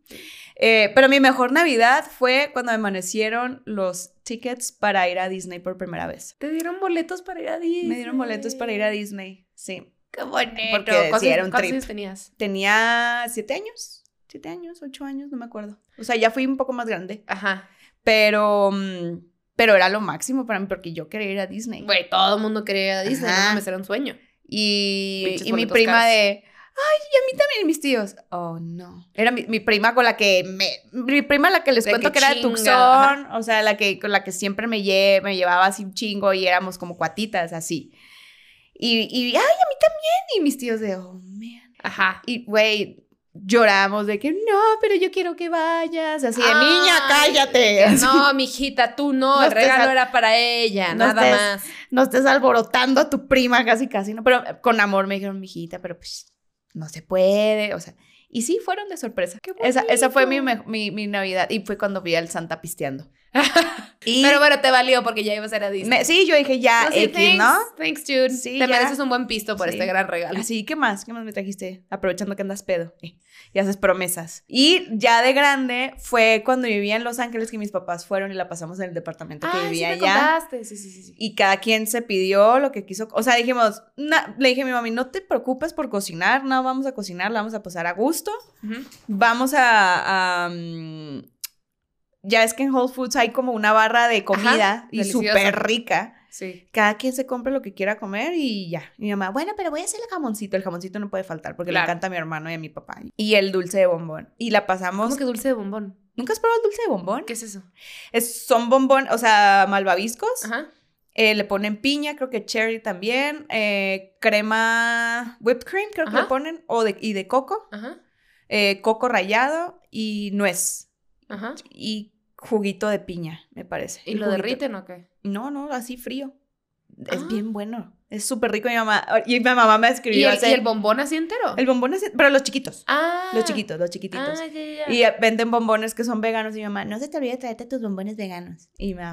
Speaker 1: Eh, pero mi mejor Navidad fue cuando me amanecieron los tickets para ir a Disney por primera vez.
Speaker 2: Te dieron boletos para ir a Disney.
Speaker 1: Me dieron boletos para ir a Disney, sí.
Speaker 2: Qué bonito.
Speaker 1: Porque
Speaker 2: ¿Cuántos-
Speaker 1: sí, era un
Speaker 2: cuántos
Speaker 1: trip.
Speaker 2: años tenías?
Speaker 1: Tenía siete años, siete años, ocho años, no me acuerdo. O sea, ya fui un poco más grande,
Speaker 2: Ajá.
Speaker 1: pero, mm, pero era lo máximo para mí porque yo quería ir a Disney.
Speaker 2: Güey, todo el mundo quería ir a Disney.
Speaker 1: Ajá.
Speaker 2: No mames, era un sueño.
Speaker 1: Y,
Speaker 2: Pinches
Speaker 1: y mi
Speaker 2: boletos
Speaker 1: prima
Speaker 2: caros.
Speaker 1: de, ay, y a mí también, y mis tíos. Oh, no. Era mi, mi prima con la que me, mi prima la que les
Speaker 2: La
Speaker 1: cuento que,
Speaker 2: que
Speaker 1: era de
Speaker 2: chinga,
Speaker 1: Tucson,
Speaker 2: ajá.
Speaker 1: o sea, la que, con la que siempre me, lle- me llevaba así un chingo y éramos como cuatitas, así. Y, y, ay, a mí también, y mis tíos de, oh, man.
Speaker 2: Ajá.
Speaker 1: Y, güey, lloramos de que, no, pero yo quiero que vayas, así de,
Speaker 2: Ay,
Speaker 1: niña, cállate.
Speaker 2: que
Speaker 1: Así, no.
Speaker 2: No, mijita, tú no.
Speaker 1: No
Speaker 2: el
Speaker 1: estés
Speaker 2: regalo
Speaker 1: a-
Speaker 2: era para ella,
Speaker 1: no
Speaker 2: nada
Speaker 1: estés-
Speaker 2: más.
Speaker 1: estés alborotando a tu prima casi, casi, ¿no? Pero eh, con amor me dijeron, mijita, pero pues, no se puede, o sea. Y sí, fueron de sorpresa.
Speaker 2: Qué
Speaker 1: Esa, esa fue mi,
Speaker 2: bonito.
Speaker 1: me- mi, mi Navidad y fue cuando vi al Santa pisteando. Y
Speaker 2: Pero bueno, te valió porque ya ibas a ir a Disney.
Speaker 1: me- sí, yo dije ya,
Speaker 2: No, sí,
Speaker 1: X,
Speaker 2: thanks,
Speaker 1: ¿no?
Speaker 2: Thanks, dude.
Speaker 1: Sí,
Speaker 2: te
Speaker 1: ya.
Speaker 2: mereces un buen pisto por
Speaker 1: Sí.
Speaker 2: este gran regalo.
Speaker 1: Así, ¿qué más? ¿Qué más me trajiste? Aprovechando que andas pedo eh, y haces promesas. Y ya de grande fue cuando vivía en Los Ángeles que mis papás fueron y la pasamos en el departamento que
Speaker 2: Ay, sí
Speaker 1: vivía
Speaker 2: me
Speaker 1: allá.
Speaker 2: contaste. Sí, sí, sí, sí.
Speaker 1: Y cada quien se pidió lo que quiso. O sea, dijimos, "Na-", le dije a mi mami, no te preocupes por cocinar, no vamos a cocinar, la vamos a pasar a gusto.
Speaker 2: Ujú.
Speaker 1: Vamos a... a, mm, ya es que en Whole Foods hay como una barra de comida y
Speaker 2: delicioso.
Speaker 1: súper rica.
Speaker 2: Sí.
Speaker 1: Cada quien se compra lo que quiera comer y ya. Mi mamá, bueno, pero voy a hacer el jamoncito. El jamoncito no puede faltar porque
Speaker 2: Claro.
Speaker 1: le encanta a mi hermano y a mi papá. Y el dulce de bombón. Y la pasamos.
Speaker 2: ¿Cómo que dulce de bombón?
Speaker 1: ¿Nunca has probado el dulce de bombón?
Speaker 2: ¿Qué es eso?
Speaker 1: Es, son bombón, o sea, malvaviscos.
Speaker 2: Ajá.
Speaker 1: Eh, le ponen piña, creo que cherry también. eh, crema whipped cream, creo que
Speaker 2: Ajá.
Speaker 1: le ponen. O de, y de coco.
Speaker 2: Ajá.
Speaker 1: eh, coco rallado y nuez.
Speaker 2: Ajá.
Speaker 1: Y juguito de piña, me parece.
Speaker 2: ¿Y
Speaker 1: El
Speaker 2: lo
Speaker 1: juguito-
Speaker 2: derriten o qué?
Speaker 1: No, no, así frío. Es
Speaker 2: Ah.
Speaker 1: bien bueno. Es súper rico mi mamá. Y mi mamá me escribió.
Speaker 2: ¿Y el,
Speaker 1: hace-
Speaker 2: y el bombón así entero?
Speaker 1: el bombón es... Pero los chiquitos.
Speaker 2: ah.
Speaker 1: Los chiquitos, los chiquititos.
Speaker 2: Ah, ya, ya,
Speaker 1: Y
Speaker 2: ya.
Speaker 1: eh, venden bombones que son veganos y mi mamá, no se te olvide traerte tus bombones veganos. Y, me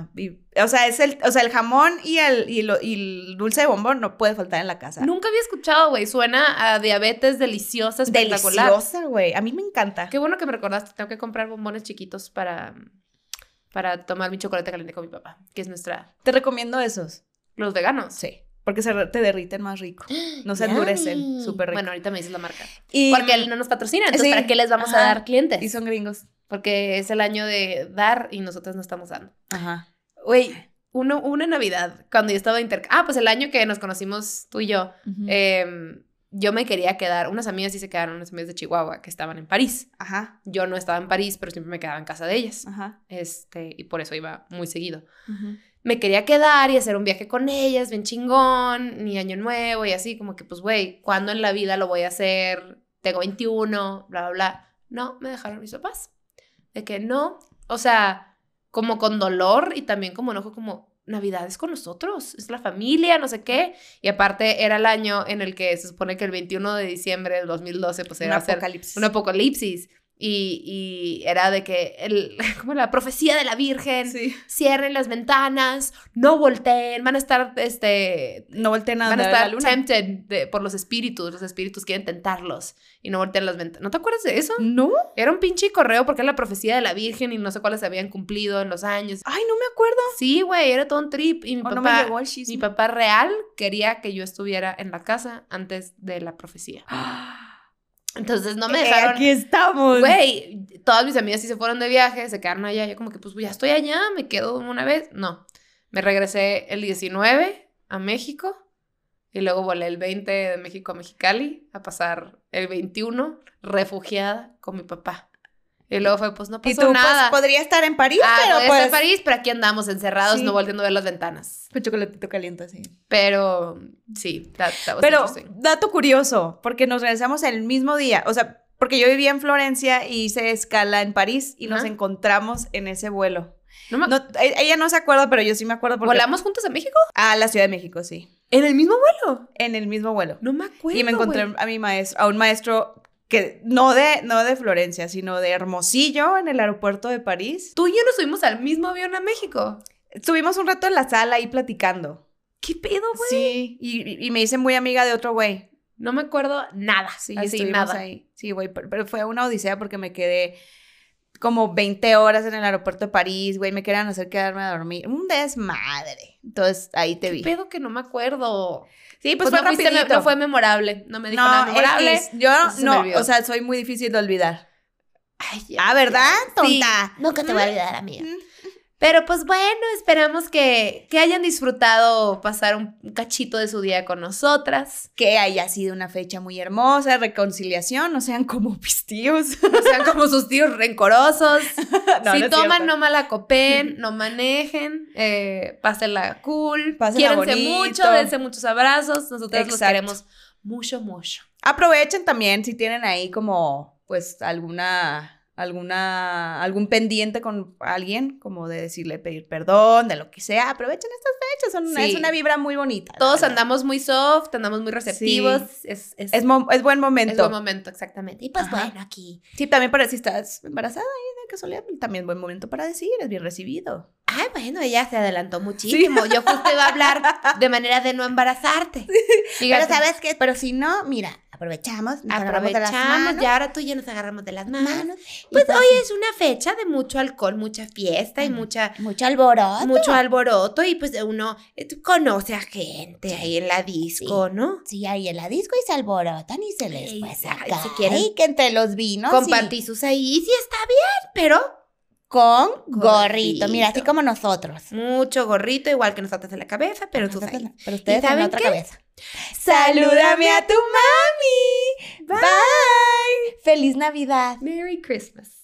Speaker 1: o sea, es el, o sea, el jamón y el, y, lo- y el dulce de bombón no puede faltar en la casa.
Speaker 2: Nunca había escuchado, güey. Suena a diabetes deliciosa, espectacular.
Speaker 1: Deliciosa, güey. A mí me encanta.
Speaker 2: Qué bueno que me recordaste. Tengo que comprar bombones chiquitos para, para tomar mi chocolate caliente con mi papá, que es nuestra.
Speaker 1: Te recomiendo esos.
Speaker 2: Los veganos.
Speaker 1: Sí. Porque se re- te derriten más rico. No se endurecen.
Speaker 2: Yummy.
Speaker 1: Súper rico.
Speaker 2: Bueno, ahorita me dices la marca.
Speaker 1: y,
Speaker 2: Porque no nos patrocinan. Entonces,
Speaker 1: sí.
Speaker 2: ¿para qué les vamos a
Speaker 1: Ajá.
Speaker 2: dar clientes?
Speaker 1: y son gringos.
Speaker 2: Porque es el año de dar y nosotros no estamos dando.
Speaker 1: Ajá.
Speaker 2: Güey, uno, una Navidad, cuando yo estaba de interc- Ah, pues el año que nos conocimos tú y yo,
Speaker 1: Ujú.
Speaker 2: em, yo me quería quedar. Unas amigas sí se quedaron, unas amigas de Chihuahua que estaban en París.
Speaker 1: Ajá.
Speaker 2: Yo no estaba en París, pero siempre me quedaba en casa de ellas.
Speaker 1: Ajá.
Speaker 2: Este, y por eso iba muy seguido. Me quería quedar y hacer un viaje con ellas, bien chingón, ni año nuevo y así, como que pues, güey, ¿cuándo en la vida lo voy a hacer? Tengo 21, bla, bla, bla. No, me dejaron mis papás. De que no, o sea, como con dolor y también como enojo, como Navidad es con nosotros, es la familia, no sé qué. Y aparte era el año en el que se supone que el 21 de diciembre del 2012, pues
Speaker 1: Un
Speaker 2: era hacer
Speaker 1: apocalipsis.
Speaker 2: un apocalipsis. Y, y era de que, el, como la profecía de la Virgen,
Speaker 1: Sí.
Speaker 2: cierren las ventanas, no volteen, van a estar, este,
Speaker 1: No volteen a
Speaker 2: van a
Speaker 1: donde va
Speaker 2: estar
Speaker 1: la luna.
Speaker 2: tempted de- por los espíritus, los espíritus quieren tentarlos y no voltean las ventanas. ¿No te acuerdas de eso?
Speaker 1: No.
Speaker 2: Era un pinche correo porque era la profecía de la Virgen y no sé cuáles se habían cumplido en los años.
Speaker 1: Ay, no me acuerdo.
Speaker 2: Sí, güey, era todo un trip y mi
Speaker 1: O
Speaker 2: papá...
Speaker 1: no me llegó el chisme.
Speaker 2: mi papá real quería que yo estuviera en la casa antes de la profecía. Entonces no me
Speaker 1: Eh,
Speaker 2: dejaron.
Speaker 1: aquí estamos.
Speaker 2: Güey, todas mis amigas sí se fueron de viaje, se quedaron allá. Yo como que, pues ya estoy allá, me quedo una vez. No, me regresé el 19 a México y luego volé el 20 de México a Mexicali a pasar el 21 refugiada con mi papá. Y luego fue, pues no
Speaker 1: Y
Speaker 2: pasó
Speaker 1: tú pues,
Speaker 2: nada.
Speaker 1: podría estar en París,
Speaker 2: ah,
Speaker 1: pero
Speaker 2: podía estar
Speaker 1: pues.
Speaker 2: en París, pero aquí andamos encerrados,
Speaker 1: Sí.
Speaker 2: no volviendo a ver las ventanas.
Speaker 1: Con Pues chocolatito caliente, así.
Speaker 2: Pero sí, that, that was
Speaker 1: Pero,
Speaker 2: interesting.
Speaker 1: dato curioso, porque nos regresamos el mismo día. O sea, porque yo vivía en Florencia y hice escala en París y nos
Speaker 2: Ajá.
Speaker 1: encontramos en ese vuelo.
Speaker 2: No me-
Speaker 1: No, e- ella no se acuerda, pero yo sí me acuerdo porque.
Speaker 2: ¿Volamos juntos a México?
Speaker 1: A la Ciudad de México, sí.
Speaker 2: ¿En el mismo vuelo?
Speaker 1: En el mismo vuelo.
Speaker 2: No me acuerdo.
Speaker 1: y me encontré
Speaker 2: güey.
Speaker 1: a mi maestro, a un maestro que no de, no de Florencia, sino de Hermosillo en el aeropuerto de París.
Speaker 2: Tú y yo nos subimos al mismo avión a México.
Speaker 1: Estuvimos un rato en la sala ahí platicando.
Speaker 2: ¿Qué pedo, güey?
Speaker 1: Sí, y, y me hice muy amiga de otro güey.
Speaker 2: No me acuerdo nada.
Speaker 1: Sí,
Speaker 2: así,
Speaker 1: estuvimos
Speaker 2: nada.
Speaker 1: ahí. Sí, güey, pero, pero fue una odisea porque me quedé como 20 horas en el aeropuerto de París, güey, me querían hacer quedarme a dormir. Un desmadre. Entonces, ahí te vi.
Speaker 2: ¿Qué pedo que no me acuerdo?
Speaker 1: Sí,
Speaker 2: Pues,
Speaker 1: pues, fue
Speaker 2: no, fuiste-
Speaker 1: rapidito.
Speaker 2: no fue memorable. No me dijo nada memorable.
Speaker 1: X, yo
Speaker 2: se me
Speaker 1: no,
Speaker 2: olvidó.
Speaker 1: o sea, soy muy difícil de olvidar.
Speaker 2: Ay, ya,
Speaker 1: Ah, ¿verdad,
Speaker 2: ya.
Speaker 1: tonta?
Speaker 2: Sí, nunca te voy a olvidar, amiga. Pero pues bueno, esperamos que, que hayan disfrutado pasar un un cachito de su día con nosotras.
Speaker 1: Que haya sido una fecha muy hermosa, reconciliación, no sean como pistillos.
Speaker 2: No sean como sus tíos rencorosos.
Speaker 1: No,
Speaker 2: si
Speaker 1: no es
Speaker 2: toman,
Speaker 1: cierto.
Speaker 2: no malacopen, no manejen, eh, pásenla cool,
Speaker 1: Pásenla
Speaker 2: quiérense
Speaker 1: bonito.
Speaker 2: mucho, dense muchos abrazos, nosotros los
Speaker 1: Exacto.
Speaker 2: queremos mucho, mucho.
Speaker 1: Aprovechen también si tienen ahí como, pues, alguna, alguna, algún pendiente con alguien, como de decirle pedir perdón, de lo que sea. Aprovechen estas fechas, son-
Speaker 2: Sí.
Speaker 1: es una vibra muy bonita. la
Speaker 2: Todos
Speaker 1: verdad.
Speaker 2: andamos muy soft, andamos muy receptivos, es, es,
Speaker 1: Es, mo- es buen momento.
Speaker 2: es buen momento, exactamente. Y pues
Speaker 1: Ajá.
Speaker 2: bueno, aquí.
Speaker 1: sí, también para si estás embarazada ahí de casualidad, también buen momento para decir, es bien recibido.
Speaker 2: Ay, bueno, ella se adelantó muchísimo. Yo justo iba a hablar de manera de no embarazarte.
Speaker 1: Pero
Speaker 2: Fíjate,
Speaker 1: sabes que, pero si no, mira, aprovechamos, nos agarramos de las
Speaker 2: aprovechamos
Speaker 1: manos,
Speaker 2: y ahora tú y yo nos agarramos de las manos.
Speaker 1: manos, y
Speaker 2: Pues
Speaker 1: todo
Speaker 2: hoy
Speaker 1: así.
Speaker 2: es una fecha de mucho alcohol, mucha fiesta y
Speaker 1: Ajá.
Speaker 2: mucha
Speaker 1: mucho alboroto.
Speaker 2: mucho alboroto y pues uno eh, tú conoce a gente ahí en la disco, ¿no?
Speaker 1: Sí, ahí en la disco y se alborotan y se les
Speaker 2: Ay,
Speaker 1: puede
Speaker 2: ay,
Speaker 1: sacar.
Speaker 2: si quieren-
Speaker 1: Y que entre los vinos. y-
Speaker 2: Compartí sus ahí, sí está bien, pero
Speaker 3: con gorrito.
Speaker 2: Gorrito.
Speaker 3: Mira, así como nosotros.
Speaker 2: Mucho gorrito, igual que nosotros en la cabeza, pero tú
Speaker 3: Nosotros
Speaker 2: ahí.
Speaker 3: no, Pero ustedes
Speaker 2: ¿Y
Speaker 3: en la
Speaker 2: saben
Speaker 3: otra
Speaker 2: qué?
Speaker 3: cabeza. Salúdame a tu mami. Bye. Feliz Navidad.
Speaker 2: Merry Christmas.